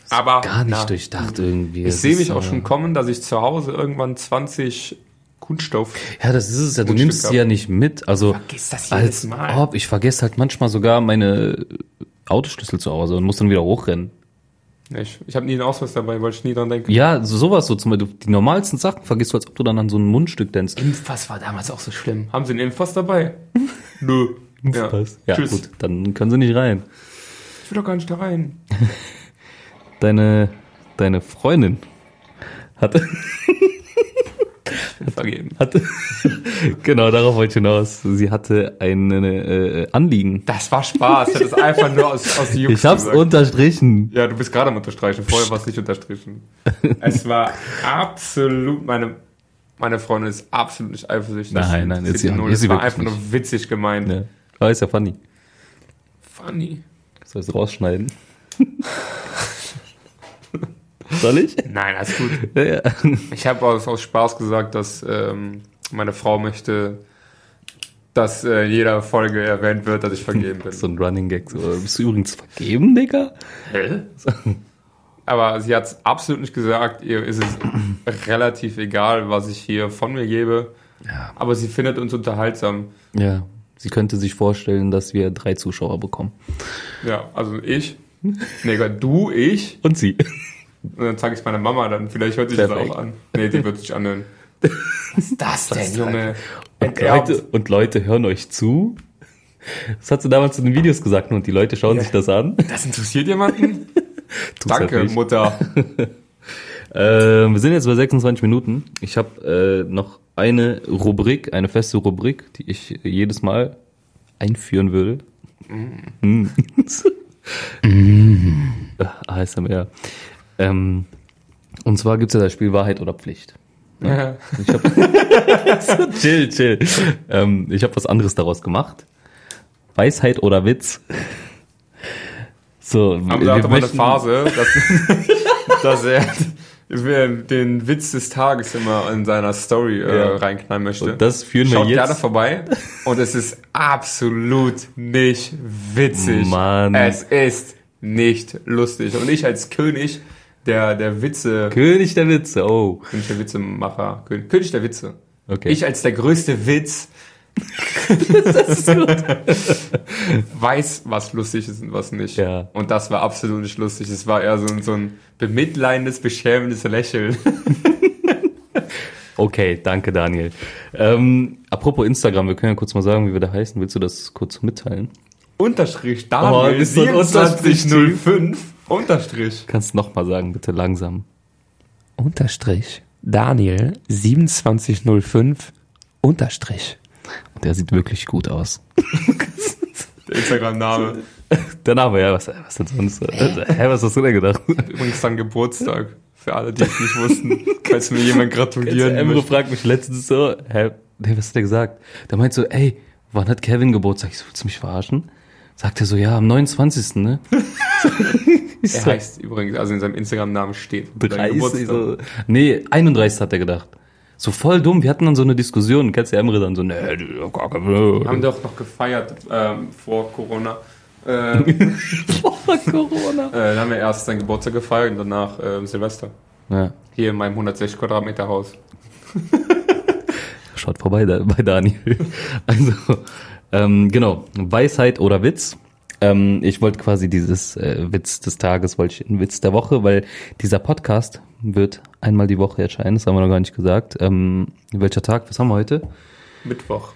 Speaker 2: Aber
Speaker 1: Gar nicht
Speaker 2: na,
Speaker 1: durchdacht irgendwie.
Speaker 2: Ich
Speaker 1: Das
Speaker 2: sehe
Speaker 1: ist,
Speaker 2: mich auch
Speaker 1: äh,
Speaker 2: schon kommen, dass ich zu Hause irgendwann 20 Kunststoff.
Speaker 1: Ja, das ist es ja. Du
Speaker 2: Grundstück
Speaker 1: nimmst sie
Speaker 2: gehabt.
Speaker 1: ja nicht mit. Also
Speaker 2: Vergiss das jedes
Speaker 1: als
Speaker 2: Mal.
Speaker 1: ob ich vergesse halt manchmal sogar meine Autoschlüssel zu Hause und muss dann wieder hochrennen.
Speaker 2: Ich, ich habe nie einen Ausweis dabei, weil ich nie dran denke.
Speaker 1: Ja, so- sowas so zum Beispiel. Die normalsten Sachen vergisst du, als ob du dann an so ein Mundstück denkst.
Speaker 2: Impfpass war damals auch so schlimm. Haben
Speaker 1: (laughs)
Speaker 2: Sie einen Impfpass dabei? Nö. Ja.
Speaker 1: Ja,
Speaker 2: Tschüss.
Speaker 1: gut, dann können sie nicht rein.
Speaker 2: will doch gar nicht da rein.
Speaker 1: Deine, deine Freundin (laughs) hatte,
Speaker 2: Vergeben.
Speaker 1: hatte (laughs) genau darauf wollte ich hinaus. Sie hatte ein äh, Anliegen.
Speaker 2: Das war Spaß. Ich hab das einfach nur aus, aus Jux
Speaker 1: (laughs) Ich hab's
Speaker 2: gesagt.
Speaker 1: unterstrichen.
Speaker 2: Ja, du bist gerade am Unterstreichen. Vorher war es nicht unterstrichen. es war absolut, meine, meine Freundin ist absolut nicht eifersüchtig.
Speaker 1: Nein, nein,
Speaker 2: ist
Speaker 1: ist sie-
Speaker 2: sie, null.
Speaker 1: ist sie
Speaker 2: Es war
Speaker 1: wirklich
Speaker 2: einfach nur witzig gemeint.
Speaker 1: Ja. Aber ist ja funny.
Speaker 2: Funny.
Speaker 1: Soll ich es rausschneiden? (laughs) Soll ich?
Speaker 2: Nein, alles gut.
Speaker 1: Ja, ja. (laughs)
Speaker 2: Ich habe aus, aus Spaß gesagt, dass ähm, meine Frau möchte, dass äh, in jeder Folge erwähnt wird, dass ich vergeben bin.
Speaker 1: So ein Running Gag. So. Bist du übrigens vergeben, Digga?
Speaker 2: Hä? Aber sie hat es absolut nicht gesagt. Ihr ist
Speaker 1: (clears throat)
Speaker 2: es relativ egal, was ich hier von mir gebe.
Speaker 1: Ja.
Speaker 2: Aber sie findet uns unterhaltsam.
Speaker 1: Ja. Sie könnte sich vorstellen, dass wir drei Zuschauer bekommen.
Speaker 2: Ja, also ich. Nee, Gott, du, ich.
Speaker 1: Und sie.
Speaker 2: Und dann zeige ich meiner Mama dann. Vielleicht hört sich das
Speaker 1: Perfekt.
Speaker 2: auch an. Nee, die wird sich anhören. Was ist das denn, Junge?
Speaker 1: Und Leute, und Leute hören euch zu. Das hat sie damals in den Videos gesagt und die Leute schauen sich das an.
Speaker 2: Das interessiert jemanden?
Speaker 1: Tut's halt
Speaker 2: Danke,
Speaker 1: nicht.
Speaker 2: Mutter.
Speaker 1: Äh, wir sind jetzt bei 26 Minuten. Ich habe äh, noch eine Rubrik, eine feste Rubrik, die ich jedes Mal einführen würde. Mm.
Speaker 2: Mm.
Speaker 1: Ah, ASMR. Ähm, und zwar gibt's ja das Spiel Wahrheit oder Pflicht. ne?
Speaker 2: Ja.
Speaker 1: Ich hab, (laughs) chill, chill. Ähm, ich habe was anderes daraus gemacht. Weisheit oder Witz. So,
Speaker 2: Haben
Speaker 1: wir
Speaker 2: wir hatte mal eine
Speaker 1: möchten-
Speaker 2: Phase, dass, dass (laughs) er den Witz des Tages immer in seiner Story äh,
Speaker 1: Ja.
Speaker 2: reinknallen möchte.
Speaker 1: Und das führen wir
Speaker 2: Schaut
Speaker 1: jetzt-
Speaker 2: gerne vorbei. Und es ist absolut nicht witzig.
Speaker 1: Mann.
Speaker 2: Es ist nicht lustig. Und ich als König der, der Witze,
Speaker 1: König der Witze. Oh,
Speaker 2: König der Witzemacher, König, König der Witze.
Speaker 1: okay.
Speaker 2: Ich als der größte Witz (laughs) weiß, was lustig ist und was nicht.
Speaker 1: Ja.
Speaker 2: Und das war absolut nicht lustig. Es war eher so ein, so ein bemitleidendes, beschämendes Lächeln. (laughs)
Speaker 1: okay, danke Daniel. Ähm, apropos Instagram, wir können ja kurz mal sagen, wie wir da heißen. Willst du das kurz mitteilen?
Speaker 2: Unterstrich
Speaker 1: Oh,
Speaker 2: Daniel
Speaker 1: ist so ein Unterstrich,
Speaker 2: 2705 Unterstrich.
Speaker 1: Kannst noch mal sagen, bitte langsam.
Speaker 3: Unterstrich Daniel 2705 Unterstrich.
Speaker 1: Und der sieht wirklich gut aus.
Speaker 2: Der Instagram-Name.
Speaker 1: Der Name, ja, was, was denn sonst? äh, Hä, was hast du denn gedacht?
Speaker 2: Übrigens dann Geburtstag. Für alle, die es nicht
Speaker 1: (laughs)
Speaker 2: wussten, falls mir jemand gratulieren
Speaker 1: Emre
Speaker 2: möchte.
Speaker 1: fragt mich letztens so, hä, nee, was hat er gesagt? Da meint so, ey, wann hat Kevin Geburtstag? Ich so, willst du mich verarschen? Sagt er so, ja, am 29. ne? ich
Speaker 2: Er
Speaker 1: so,
Speaker 2: heißt übrigens, also in seinem Instagram-Namen steht. sein
Speaker 1: 30.
Speaker 2: Geburtstag.
Speaker 1: So, nee, 31 hat er gedacht. So voll dumm, wir hatten dann so eine Diskussion, kennst du Emre dann so, ne, du, gar kein-
Speaker 2: Haben doch noch gefeiert ähm, vor Corona. (laughs) Ähm,
Speaker 1: Vor Corona.
Speaker 2: äh, dann haben wir erst seinen Geburtstag gefeiert und danach ähm, Silvester.
Speaker 1: Ja,
Speaker 2: Hier in meinem 160 Quadratmeter Haus.
Speaker 1: schaut vorbei da, bei Daniel. (laughs) Also, ähm, genau, Weisheit oder Witz. Ähm, ich wollte quasi dieses äh, Witz des Tages, wollte ich in Witz der Woche, weil dieser Podcast wird einmal die Woche erscheinen, das haben wir noch gar nicht gesagt. Ähm, welcher Tag, was haben wir heute?
Speaker 2: Mittwoch.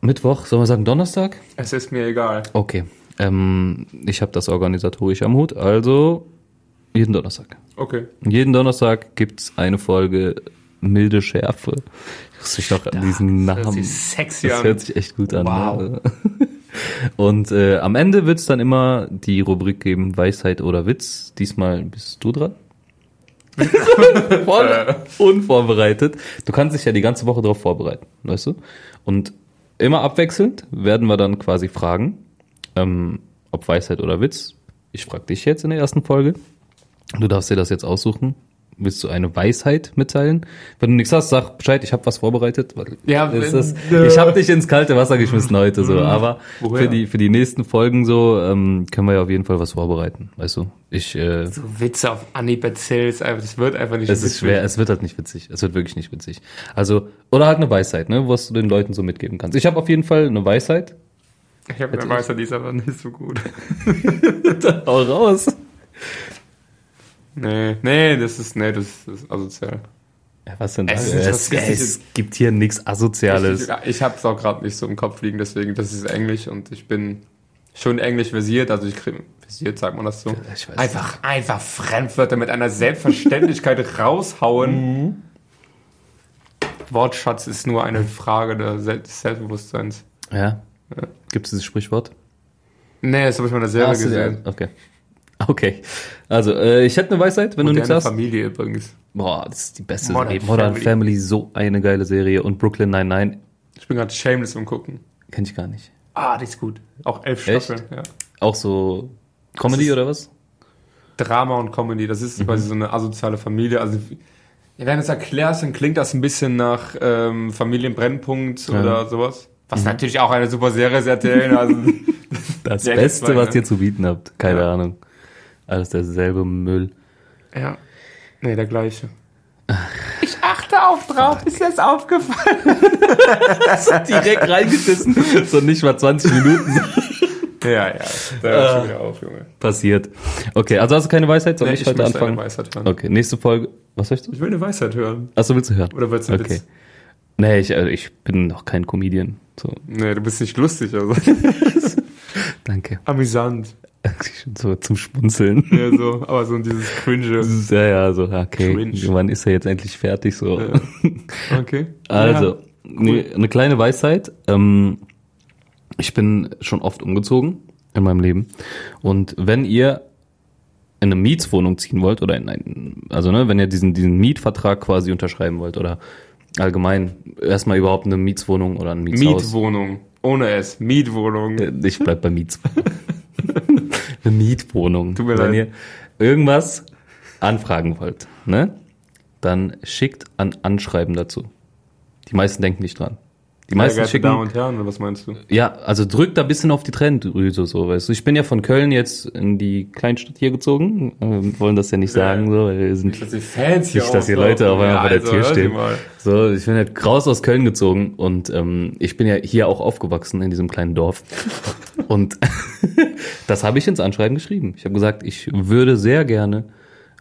Speaker 1: Mittwoch, sollen wir sagen Donnerstag?
Speaker 2: Es ist mir egal.
Speaker 1: Okay. Ähm, ich habe das organisatorisch am Hut, also jeden Donnerstag.
Speaker 2: Okay.
Speaker 1: Jeden Donnerstag gibt's eine Folge Milde Schärfe. Ich muss mich noch an diesen Namen.
Speaker 2: Das ist sexy
Speaker 1: Das
Speaker 2: an.
Speaker 1: hört sich echt gut an. ne? (laughs) Und äh, am Ende wird's dann immer die Rubrik geben Weisheit oder Witz. Diesmal bist du dran. Voll unvorbereitet. Du kannst dich ja die ganze Woche darauf vorbereiten, weißt du? Und immer abwechselnd werden wir dann quasi fragen, ähm, ob Weisheit oder Witz. Ich frage dich jetzt in der ersten Folge. Du darfst dir das jetzt aussuchen. Willst du eine Weisheit mitteilen? Wenn du nichts hast, sag Bescheid, ich habe was vorbereitet. weil
Speaker 2: Ja,
Speaker 1: es
Speaker 2: wenn- Mhm.
Speaker 1: ist, ich habe dich ins kalte Wasser geschmissen heute so, aber
Speaker 2: Woher?
Speaker 1: für die für die nächsten Folgen so ähm, können wir ja auf jeden Fall was vorbereiten, weißt du? Ich äh,
Speaker 2: So Witze auf Anhieb erzählst, einfach- das wird einfach nicht
Speaker 1: es ist
Speaker 2: witzig.
Speaker 1: schwer, es wird halt nicht witzig. Es wird wirklich nicht witzig. Also oder halt eine Weisheit, ne, was du den Leuten so mitgeben kannst. Ich habe auf jeden Fall eine Weisheit.
Speaker 2: Ich habe eine Meister, die ist aber nicht so gut.
Speaker 1: Hau raus.
Speaker 2: Nee, nee, das ist, nee, das ist asozial.
Speaker 1: Ja, was denn
Speaker 2: Es
Speaker 1: das?
Speaker 2: ist was
Speaker 1: Es,
Speaker 2: richtig-
Speaker 1: es gibt hier nichts asoziales.
Speaker 2: Ich, ich hab's auch gerade nicht so im Kopf liegen, deswegen, das ist Englisch und ich bin schon Englisch versiert, also ich kriege versiert, sagt man das so.
Speaker 1: Ich weiß
Speaker 2: Einfach, einfach Fremdwörter mit
Speaker 1: (laughs)
Speaker 2: einer Selbstverständlichkeit raushauen.
Speaker 1: Mhm.
Speaker 2: Wortschatz ist nur eine Frage der Sel- des Selbstbewusstseins.
Speaker 1: Ja. Gibt es dieses Sprichwort?
Speaker 2: Nee, das habe ich mal selber
Speaker 1: Hast du die-
Speaker 2: gesehen.
Speaker 1: Okay. Okay. Also, äh, ich hätte eine Weisheit, wenn du nichts
Speaker 2: Moderne
Speaker 1: hast.
Speaker 2: Familie übrigens.
Speaker 1: Boah, das ist die beste
Speaker 2: Modern
Speaker 1: Modern, Modern
Speaker 2: Family.
Speaker 1: Family. so eine geile Serie. Und Brooklyn 99
Speaker 2: Ich bin gerade shameless am gucken.
Speaker 1: kenne ich gar nicht.
Speaker 2: Ah, die ist gut. Auch elf
Speaker 1: Echt?
Speaker 2: Staffeln. Ja.
Speaker 1: Auch so Comedy
Speaker 2: Das ist-
Speaker 1: oder was?
Speaker 2: Drama und Comedy, das ist
Speaker 1: Mhm.
Speaker 2: quasi so eine asoziale Familie. Also, ja, wenn du es erklärst, dann klingt das ein bisschen nach ähm, Familienbrennpunkt oder sowas. Was
Speaker 1: Mhm.
Speaker 2: natürlich auch eine super Serie ist, RTL.
Speaker 1: (laughs)
Speaker 2: Also,
Speaker 1: Das
Speaker 2: Ja,
Speaker 1: Beste,
Speaker 2: das war,
Speaker 1: was
Speaker 2: ja.
Speaker 1: ihr zu bieten habt. Keine
Speaker 2: Ja.
Speaker 1: Ahnung. Alles derselbe (laughs) Müll.
Speaker 2: ja. Nee, der gleiche. Ich achte auf drauf, ist das aufgefallen?
Speaker 1: Direkt reingeschissen. so nicht mal 20 Minuten (laughs)
Speaker 2: Ja, ja. Da hört
Speaker 1: Äh,
Speaker 2: schon wieder auf, Junge.
Speaker 1: passiert. Okay, also hast du keine Weisheit, soll
Speaker 2: Nee,
Speaker 1: ich,
Speaker 2: ich
Speaker 1: heute
Speaker 2: möchte eine
Speaker 1: anfangen?
Speaker 2: Weisheit hören.
Speaker 1: Okay, nächste Folge. Was soll ich tun?
Speaker 2: Ich will eine Weisheit hören.
Speaker 1: Achso, willst du hören?
Speaker 2: Oder willst du einen
Speaker 1: Okay.
Speaker 2: Witz?
Speaker 1: Nee, ich, also ich bin noch kein Comedian. So,
Speaker 2: Nee, du bist nicht lustig, also.
Speaker 1: (laughs) danke.
Speaker 2: Amüsant.
Speaker 1: So zum Schmunzeln. (laughs)
Speaker 2: Ja, so. Aber so dieses Cringe.
Speaker 1: Ja, ja, so, okay.
Speaker 2: Cringe.
Speaker 1: Wann ist er jetzt endlich fertig? So.
Speaker 2: Ja. Okay.
Speaker 1: Also, ne- eine kleine Weisheit. Ähm, ich bin schon oft umgezogen in meinem Leben. Und wenn ihr in eine Mietswohnung ziehen wollt oder in einen, also ne, wenn ihr diesen, diesen Mietvertrag quasi unterschreiben wollt oder allgemein erstmal überhaupt eine Mietswohnung oder ein Mietshaus.
Speaker 2: Mietwohnung. Ohne S. Mietwohnung.
Speaker 1: Äh, Ich bleib bei Mietswohnung. (laughs) eine Mietwohnung.
Speaker 2: Tut mir
Speaker 1: wenn
Speaker 2: leid.
Speaker 1: ihr irgendwas anfragen wollt, ne, dann schickt ein Anschreiben dazu. Die meisten denken nicht dran. Die
Speaker 2: Meine
Speaker 1: meisten
Speaker 2: geehrten Damen
Speaker 1: schicken,
Speaker 2: und Herren, oder was meinst du?
Speaker 1: ja, also drückt da ein bisschen auf die Trenddrüse, so, weißt du. Ich bin ja von Köln jetzt in die Kleinstadt hier gezogen, ähm, wollen das ja nicht sagen, so, weil wir sind
Speaker 2: die Fans
Speaker 1: nicht, dass die Leute auf einmal vor
Speaker 2: also,
Speaker 1: der Tür stehen. So, ich bin halt raus aus Köln gezogen und ähm, ich bin ja hier auch aufgewachsen in diesem kleinen
Speaker 2: (laughs)
Speaker 1: Dorf. und (laughs) das habe ich ins Anschreiben geschrieben. Ich habe gesagt, ich würde sehr gerne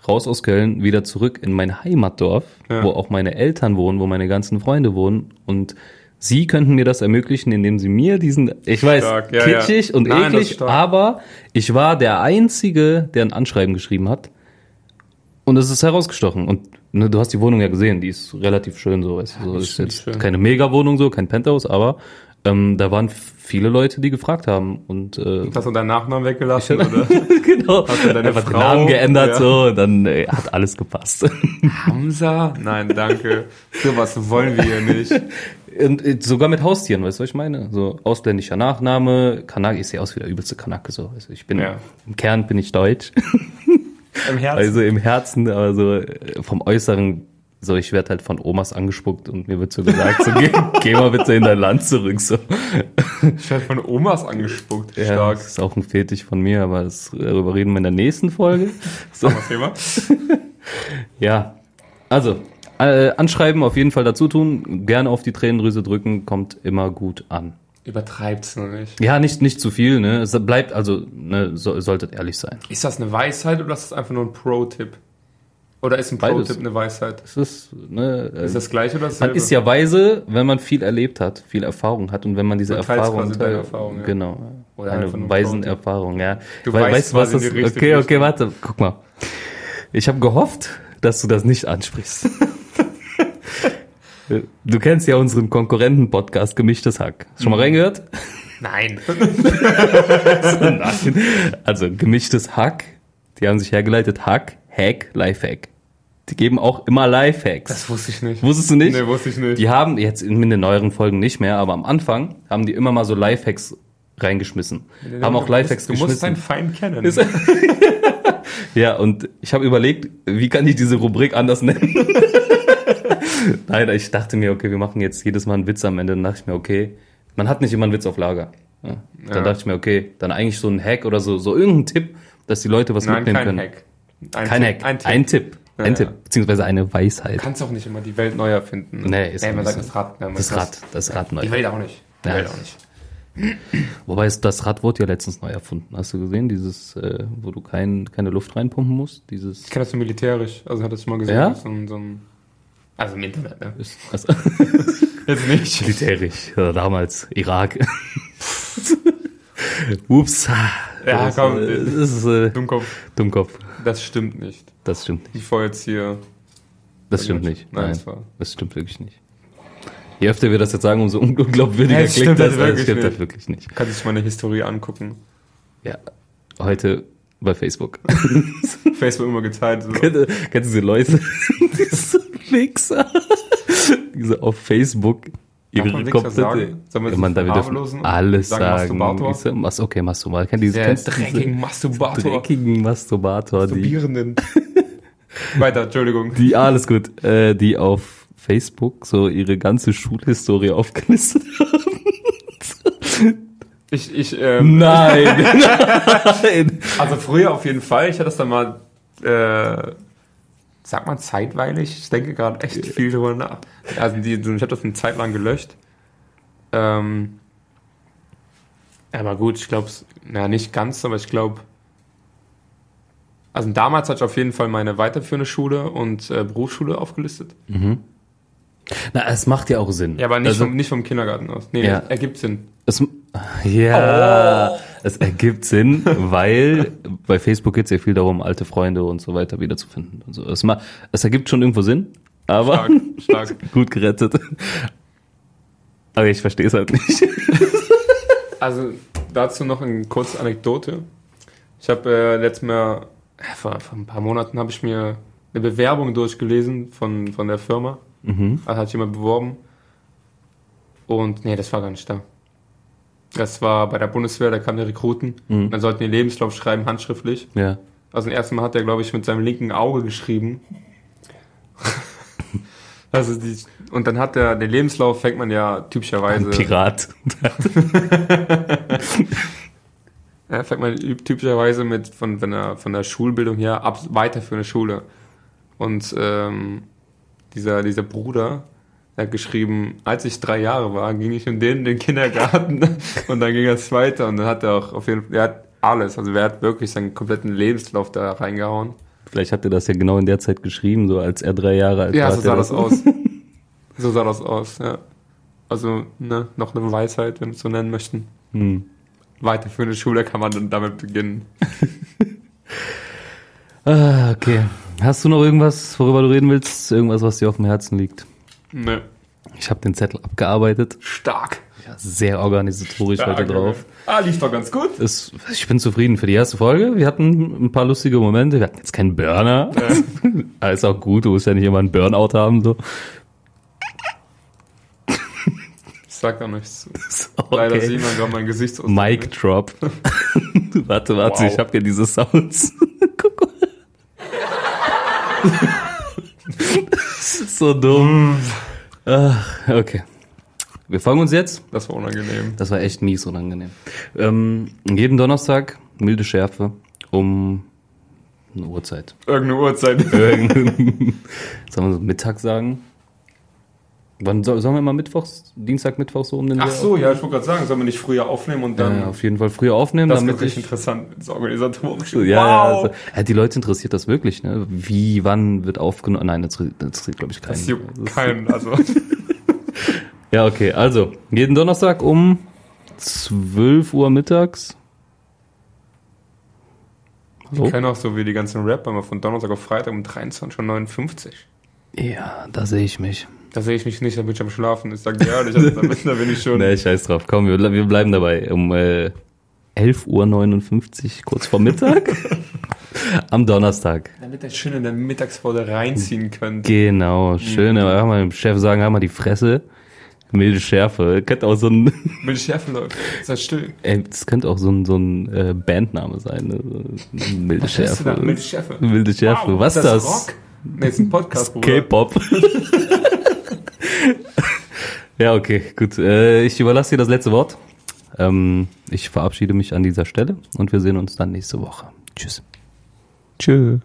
Speaker 1: raus aus Köln, wieder zurück in mein Heimatdorf,
Speaker 2: Ja.
Speaker 1: wo auch meine Eltern wohnen, wo meine ganzen Freunde wohnen und Sie könnten mir das ermöglichen, indem Sie mir diesen, ich weiß,
Speaker 2: Stark, ja, ja.
Speaker 1: kitschig und
Speaker 2: Nein, das ist
Speaker 1: eklig,
Speaker 2: stark.
Speaker 1: aber ich war der Einzige, der ein Anschreiben geschrieben hat. Und es ist herausgestochen. Und ne, du hast die Wohnung ja gesehen, die ist relativ schön so. Weißt du, so ist
Speaker 2: ziemlich
Speaker 1: jetzt
Speaker 2: schön.
Speaker 1: keine Mega-Wohnung so, kein Penthouse, aber ähm, da waren viele Leute, die gefragt haben. Und äh,
Speaker 2: (laughs) Hast du deinen Nachnamen weggelassen, oder?
Speaker 1: (laughs) genau,
Speaker 2: Hast du deine
Speaker 1: einfach
Speaker 2: Frau?
Speaker 1: den Namen geändert
Speaker 2: Ja.
Speaker 1: so, und dann äh, hat alles gepasst. (laughs)
Speaker 2: Hamza? Nein, danke. So was wollen wir hier nicht.
Speaker 1: und äh, sogar mit Haustieren, weißt du, was ich meine? So ausländischer Nachname, Kanake, ich sehe aus wie der übelste Kanake so. Also ich bin
Speaker 2: Ja.
Speaker 1: im Kern bin ich
Speaker 2: (laughs)
Speaker 1: deutsch.
Speaker 2: Im Herzen.
Speaker 1: Also im Herzen, aber so äh, vom Äußeren, so ich werde halt von Omas angespuckt und mir wird so gesagt, so (laughs) geh, geh mal bitte in dein Land zurück. So.
Speaker 2: ich werde von Omas angespuckt.
Speaker 1: Ja,
Speaker 2: Stark.
Speaker 1: Das ist auch ein Fetisch von mir, aber das, darüber reden wir in der nächsten Folge.
Speaker 2: (laughs)
Speaker 1: So,
Speaker 2: Das Thema.
Speaker 1: ja, also äh, anschreiben auf jeden Fall dazu tun, gerne auf die Tränendrüse drücken, kommt immer gut an.
Speaker 2: Übertreibt's noch nicht.
Speaker 1: Ja, nicht, nicht zu viel, ne? Es bleibt also, ne, so, solltet ehrlich sein.
Speaker 2: Ist das eine Weisheit oder ist das einfach nur ein Pro-Tipp? Oder ist ein
Speaker 1: Beides.
Speaker 2: Pro-Tipp eine Weisheit?
Speaker 1: Es ist, ne, äh,
Speaker 2: Ist das gleich oder dasselbe?
Speaker 1: Man ist ja weise, wenn man viel erlebt hat, viel Erfahrung hat und wenn man diese
Speaker 2: Du teilst
Speaker 1: Erfahrung
Speaker 2: quasi deine
Speaker 1: teilt.
Speaker 2: Erfahrung, ja.
Speaker 1: Genau.
Speaker 2: Oder einfach nur
Speaker 1: eine weisen
Speaker 2: Quote.
Speaker 1: Erfahrung, ja.
Speaker 2: Du
Speaker 1: Weil-
Speaker 2: weißt quasi
Speaker 1: das
Speaker 2: in die
Speaker 1: ist?
Speaker 2: richtige
Speaker 1: Okay, okay, warte, guck mal. Ich habe gehofft, dass du das nicht ansprichst. (laughs) du kennst ja unseren Konkurrenten-Podcast Gemischtes Hack. Schon
Speaker 2: Mhm.
Speaker 1: mal
Speaker 2: (laughs)
Speaker 1: reingehört?
Speaker 2: Nein.
Speaker 1: (laughs) Also Gemischtes Hack, die haben sich hergeleitet Hack, Hack, Lifehack. Die geben auch immer Lifehacks.
Speaker 2: Das wusste ich nicht.
Speaker 1: Wusstest du nicht?
Speaker 2: Nee, wusste ich nicht.
Speaker 1: Die haben jetzt in den neueren Folgen nicht mehr, aber am Anfang haben die immer mal so Lifehacks reingeschmissen. haben auch
Speaker 2: Du musst-
Speaker 1: Lifehacks
Speaker 2: Du musst deinen
Speaker 1: geschmissen.
Speaker 2: Feind kennen.
Speaker 1: Ja, und ich habe überlegt, wie kann ich diese Rubrik anders nennen? (laughs) Nein, ich dachte mir, okay, wir machen jetzt jedes Mal einen Witz am Ende. Dann dachte ich mir, okay, man hat nicht immer einen Witz auf Lager. Ja. Dann
Speaker 2: Ja.
Speaker 1: dachte ich mir, okay, dann eigentlich so ein Hack oder so, so irgendein Tipp, dass die Leute was
Speaker 2: Nein,
Speaker 1: mitnehmen
Speaker 2: kein
Speaker 1: können.
Speaker 2: Hack. Ein
Speaker 1: Kein
Speaker 2: Tipp.
Speaker 1: Hack.
Speaker 2: Ein Tipp.
Speaker 1: Ein Tipp.
Speaker 2: Ja,
Speaker 1: Ein
Speaker 2: ja.
Speaker 1: Tipp. Beziehungsweise eine Weisheit.
Speaker 2: kannst auch nicht immer die Welt neu erfinden.
Speaker 1: Nee, ist
Speaker 2: Ey, man
Speaker 1: nicht
Speaker 2: sagt
Speaker 1: so.
Speaker 2: das Rad. Ne? Man
Speaker 1: Das
Speaker 2: kann
Speaker 1: Rad, das Rad neu.
Speaker 2: Die Welt auch nicht. Die
Speaker 1: Ja.
Speaker 2: Welt auch nicht.
Speaker 1: Wobei es, das Rad wurde ja letztens neu erfunden. Hast du gesehen? Dieses, äh, wo du kein, keine Luft reinpumpen musst? Dieses.
Speaker 2: Ich kenne das so militärisch. Also hat das schon mal gesehen.
Speaker 1: Ja?
Speaker 2: So ein, so ein also im Internet, ne?
Speaker 1: Ist, also,
Speaker 2: Jetzt
Speaker 1: (laughs)
Speaker 2: nicht. (laughs)
Speaker 1: militärisch. Ja, damals Irak. Ups.
Speaker 2: Ja,
Speaker 1: das,
Speaker 2: komm.
Speaker 1: äh, Das ist äh,
Speaker 2: Dummkopf,
Speaker 1: Dummkopf.
Speaker 2: das stimmt nicht.
Speaker 1: Das stimmt nicht.
Speaker 2: Ich fahre jetzt hier.
Speaker 1: Das stimmt nicht.
Speaker 2: Nein,
Speaker 1: Nein,
Speaker 2: das war-
Speaker 1: das stimmt wirklich nicht. Je öfter wir das jetzt sagen, umso (laughs) unglaubwürdiger
Speaker 2: Ja, das
Speaker 1: klingt
Speaker 2: stimmt
Speaker 1: das.
Speaker 2: halt
Speaker 1: aber
Speaker 2: wirklich
Speaker 1: Das stimmt
Speaker 2: nicht.
Speaker 1: halt wirklich nicht.
Speaker 2: Kann sich meine Historie angucken.
Speaker 1: Ja, heute bei Facebook.
Speaker 2: Facebook immer geteilt. So.
Speaker 1: Kennt- Kennst du diese Leute? (laughs) diese Wichser. diese auf Facebook ihre
Speaker 2: man Wichser
Speaker 1: komplette.
Speaker 2: sagen? Sollen wir
Speaker 1: ja,
Speaker 2: es
Speaker 1: man, da wir
Speaker 2: verharmlosen?
Speaker 1: dürfen alles
Speaker 2: Sagen
Speaker 1: sagen.
Speaker 2: Masturbator?
Speaker 1: Ich sag, Mas okay, Masturbator. Kennt diese,
Speaker 2: Der
Speaker 1: kennst du
Speaker 2: dreckigen
Speaker 1: diese
Speaker 2: Masturbator.
Speaker 1: dreckigen Masturbator, die,
Speaker 2: Masturbierenden. (laughs) Weiter, Entschuldigung.
Speaker 1: die, alles gut, äh, die auf Facebook so ihre ganze Schulhistorie aufgelistet
Speaker 2: Ich, ich, ähm,
Speaker 1: Nein,
Speaker 2: (laughs)
Speaker 1: (laughs) nein.
Speaker 2: also früher auf jeden Fall, ich hatte das dann mal, äh, sag mal zeitweilig, ich denke gerade echt viel drüber nach. Also die, ich habe das eine Zeit lang gelöscht. Ähm, aber gut, ich glaube, na nicht ganz, aber ich glaube, also damals hatte ich auf jeden Fall meine weiterführende Schule und äh, Berufsschule aufgelistet.
Speaker 1: Na, es macht ja auch Sinn.
Speaker 2: Ja, aber nicht,
Speaker 1: also,
Speaker 2: vom, nicht vom Kindergarten aus. Nee,
Speaker 1: Ja.
Speaker 2: nee, ergibt Sinn.
Speaker 1: es,
Speaker 2: Oh.
Speaker 1: ja, es ergibt Sinn, weil bei Facebook geht es ja viel darum, alte Freunde und so weiter wiederzufinden. Und so. es, ma- es ergibt schon irgendwo Sinn, aber
Speaker 2: Stark,
Speaker 1: (laughs)
Speaker 2: stark.
Speaker 1: gut gerettet. Aber ich verstehe es halt nicht.
Speaker 2: Also dazu noch eine kurze Anekdote. Ich habe äh, letztes Mal, äh, vor, vor ein paar Monaten, habe ich mir eine Bewerbung durchgelesen von, von der Firma.
Speaker 1: Mhm.
Speaker 2: Also hat jemand beworben. Und nee, das war gar nicht da. Das war bei der Bundeswehr, da kamen die Rekruten.
Speaker 1: Mhm.
Speaker 2: Dann sollten die Lebenslauf schreiben, handschriftlich.
Speaker 1: Ja.
Speaker 2: Also das erste Mal hat er, glaube ich, mit seinem linken Auge geschrieben. also die, und dann hat er, den Lebenslauf fängt man ja typischerweise...
Speaker 1: Pirat.
Speaker 2: Ja, fängt man üb- typischerweise mit von, wenn er, von der Schulbildung her ab, weiter für eine Schule. Und ähm, dieser, dieser Bruder der hat geschrieben, als ich drei Jahre war, ging ich in den, in den Kindergarten und dann ging das weiter und dann hat er auch auf jeden Fall, er hat alles, also er hat wirklich seinen kompletten Lebenslauf da reingehauen.
Speaker 1: Vielleicht habt ihr das ja genau in der Zeit geschrieben, so als er drei Jahre alt
Speaker 2: Ja,
Speaker 1: war.
Speaker 2: so
Speaker 1: hat er
Speaker 2: sah das aus.
Speaker 1: (laughs)
Speaker 2: So sah das aus, ja. Also, ne, noch eine Weisheit, wenn wir es so nennen möchten.
Speaker 1: Hm.
Speaker 2: Weiter für eine Schule kann man dann damit beginnen.
Speaker 1: Ah, okay. Hast du noch irgendwas, worüber du reden willst? Irgendwas, was dir auf dem Herzen liegt?
Speaker 2: Ne,
Speaker 1: Ich habe den Zettel abgearbeitet.
Speaker 2: stark.
Speaker 1: Ja, sehr organisatorisch heute drauf.
Speaker 2: Ah, lief doch ganz gut.
Speaker 1: Es, ich bin zufrieden für die erste Folge. Wir hatten ein paar lustige Momente. Wir hatten jetzt keinen Burner. (laughs) Aber ist auch gut. Du musst ja nicht immer einen Burnout haben. So.
Speaker 2: Ich sag da nichts. zu.
Speaker 1: Ist
Speaker 2: Leider
Speaker 1: Okay.
Speaker 2: sieht man gerade mein Gesichtsausdruck.
Speaker 1: Mic
Speaker 2: nicht. (laughs)
Speaker 1: Drop. warte, warte.
Speaker 2: Wow.
Speaker 1: Ich habe ja diese Sounds. (laughs) Guck mal. das ist so dumm. Ach, okay. Wir fangen uns jetzt
Speaker 2: Das war unangenehm.
Speaker 1: Das war echt mies unangenehm. Ähm, jeden Donnerstag, milde Schärfe, um eine Uhrzeit.
Speaker 2: Irgendeine Uhrzeit.
Speaker 1: Äh, Irgend- sollen wir so Mittag sagen? Wann soll, sollen wir mal Mittwochs, Dienstag, Mittwoch so um den
Speaker 2: Ach
Speaker 1: Dreh
Speaker 2: so, ja, ich wollte gerade sagen, soll man nicht früher aufnehmen und
Speaker 1: aufnehmen?
Speaker 2: dann.
Speaker 1: Ja, auf jeden Fall früher aufnehmen,
Speaker 2: das ist
Speaker 1: damit
Speaker 2: wirklich
Speaker 1: ich.
Speaker 2: interessant. Das organisatorische.
Speaker 1: Ja, ja,
Speaker 2: wow.
Speaker 1: also, ja, die Leute interessiert das wirklich, ne? Wie, wann wird aufgenommen? Nein, das interessiert, glaube ich, keinen.
Speaker 2: Das juckt keinen.
Speaker 1: (laughs)
Speaker 2: Also,
Speaker 1: Oh. Ja, okay, also jeden Donnerstag um 12 Uhr mittags.
Speaker 2: wir können auch so wie die ganzen Rapper immer von Donnerstag auf Freitag um 23.59 Uhr.
Speaker 1: Ja, da sehe ich mich.
Speaker 2: Da sehe ich mich nicht, da bin ich am Schlafen. Ich sag dir ehrlich, also, da bin- da bin ich
Speaker 1: (laughs)
Speaker 2: schon.
Speaker 1: Nee, scheiß drauf. Komm, wir, wir bleiben dabei. Um äh, 11.59 Uhr, kurz vor (laughs) Mittag. am Donnerstag.
Speaker 2: Damit ihr schön in der Mittagspause reinziehen könnt.
Speaker 1: Genau, schön.
Speaker 2: Mhm.
Speaker 1: Aber hör mal dem Chef sagen, hör mal die Fresse. Milde Schärfe. Könnte auch so ein, (laughs)
Speaker 2: Mit Schärfe läuft. Ist das still.
Speaker 1: ey, das könnte auch so ein, so ein äh, Bandname sein. Ne? So, Milde
Speaker 2: Was ist
Speaker 1: Schärfe.
Speaker 2: denn da? Mit Schärfe.
Speaker 1: Milde Schärfe.
Speaker 2: Wow,
Speaker 1: Was ist das?
Speaker 2: Rock? Nee, ist ein Podcast, Bruder.
Speaker 1: K-Pop. (laughs) ja, okay, gut. Äh, ich überlasse dir das letzte Wort. Ähm, ich verabschiede mich an dieser Stelle und wir sehen uns dann nächste Woche. Tschüss.
Speaker 3: Tschö.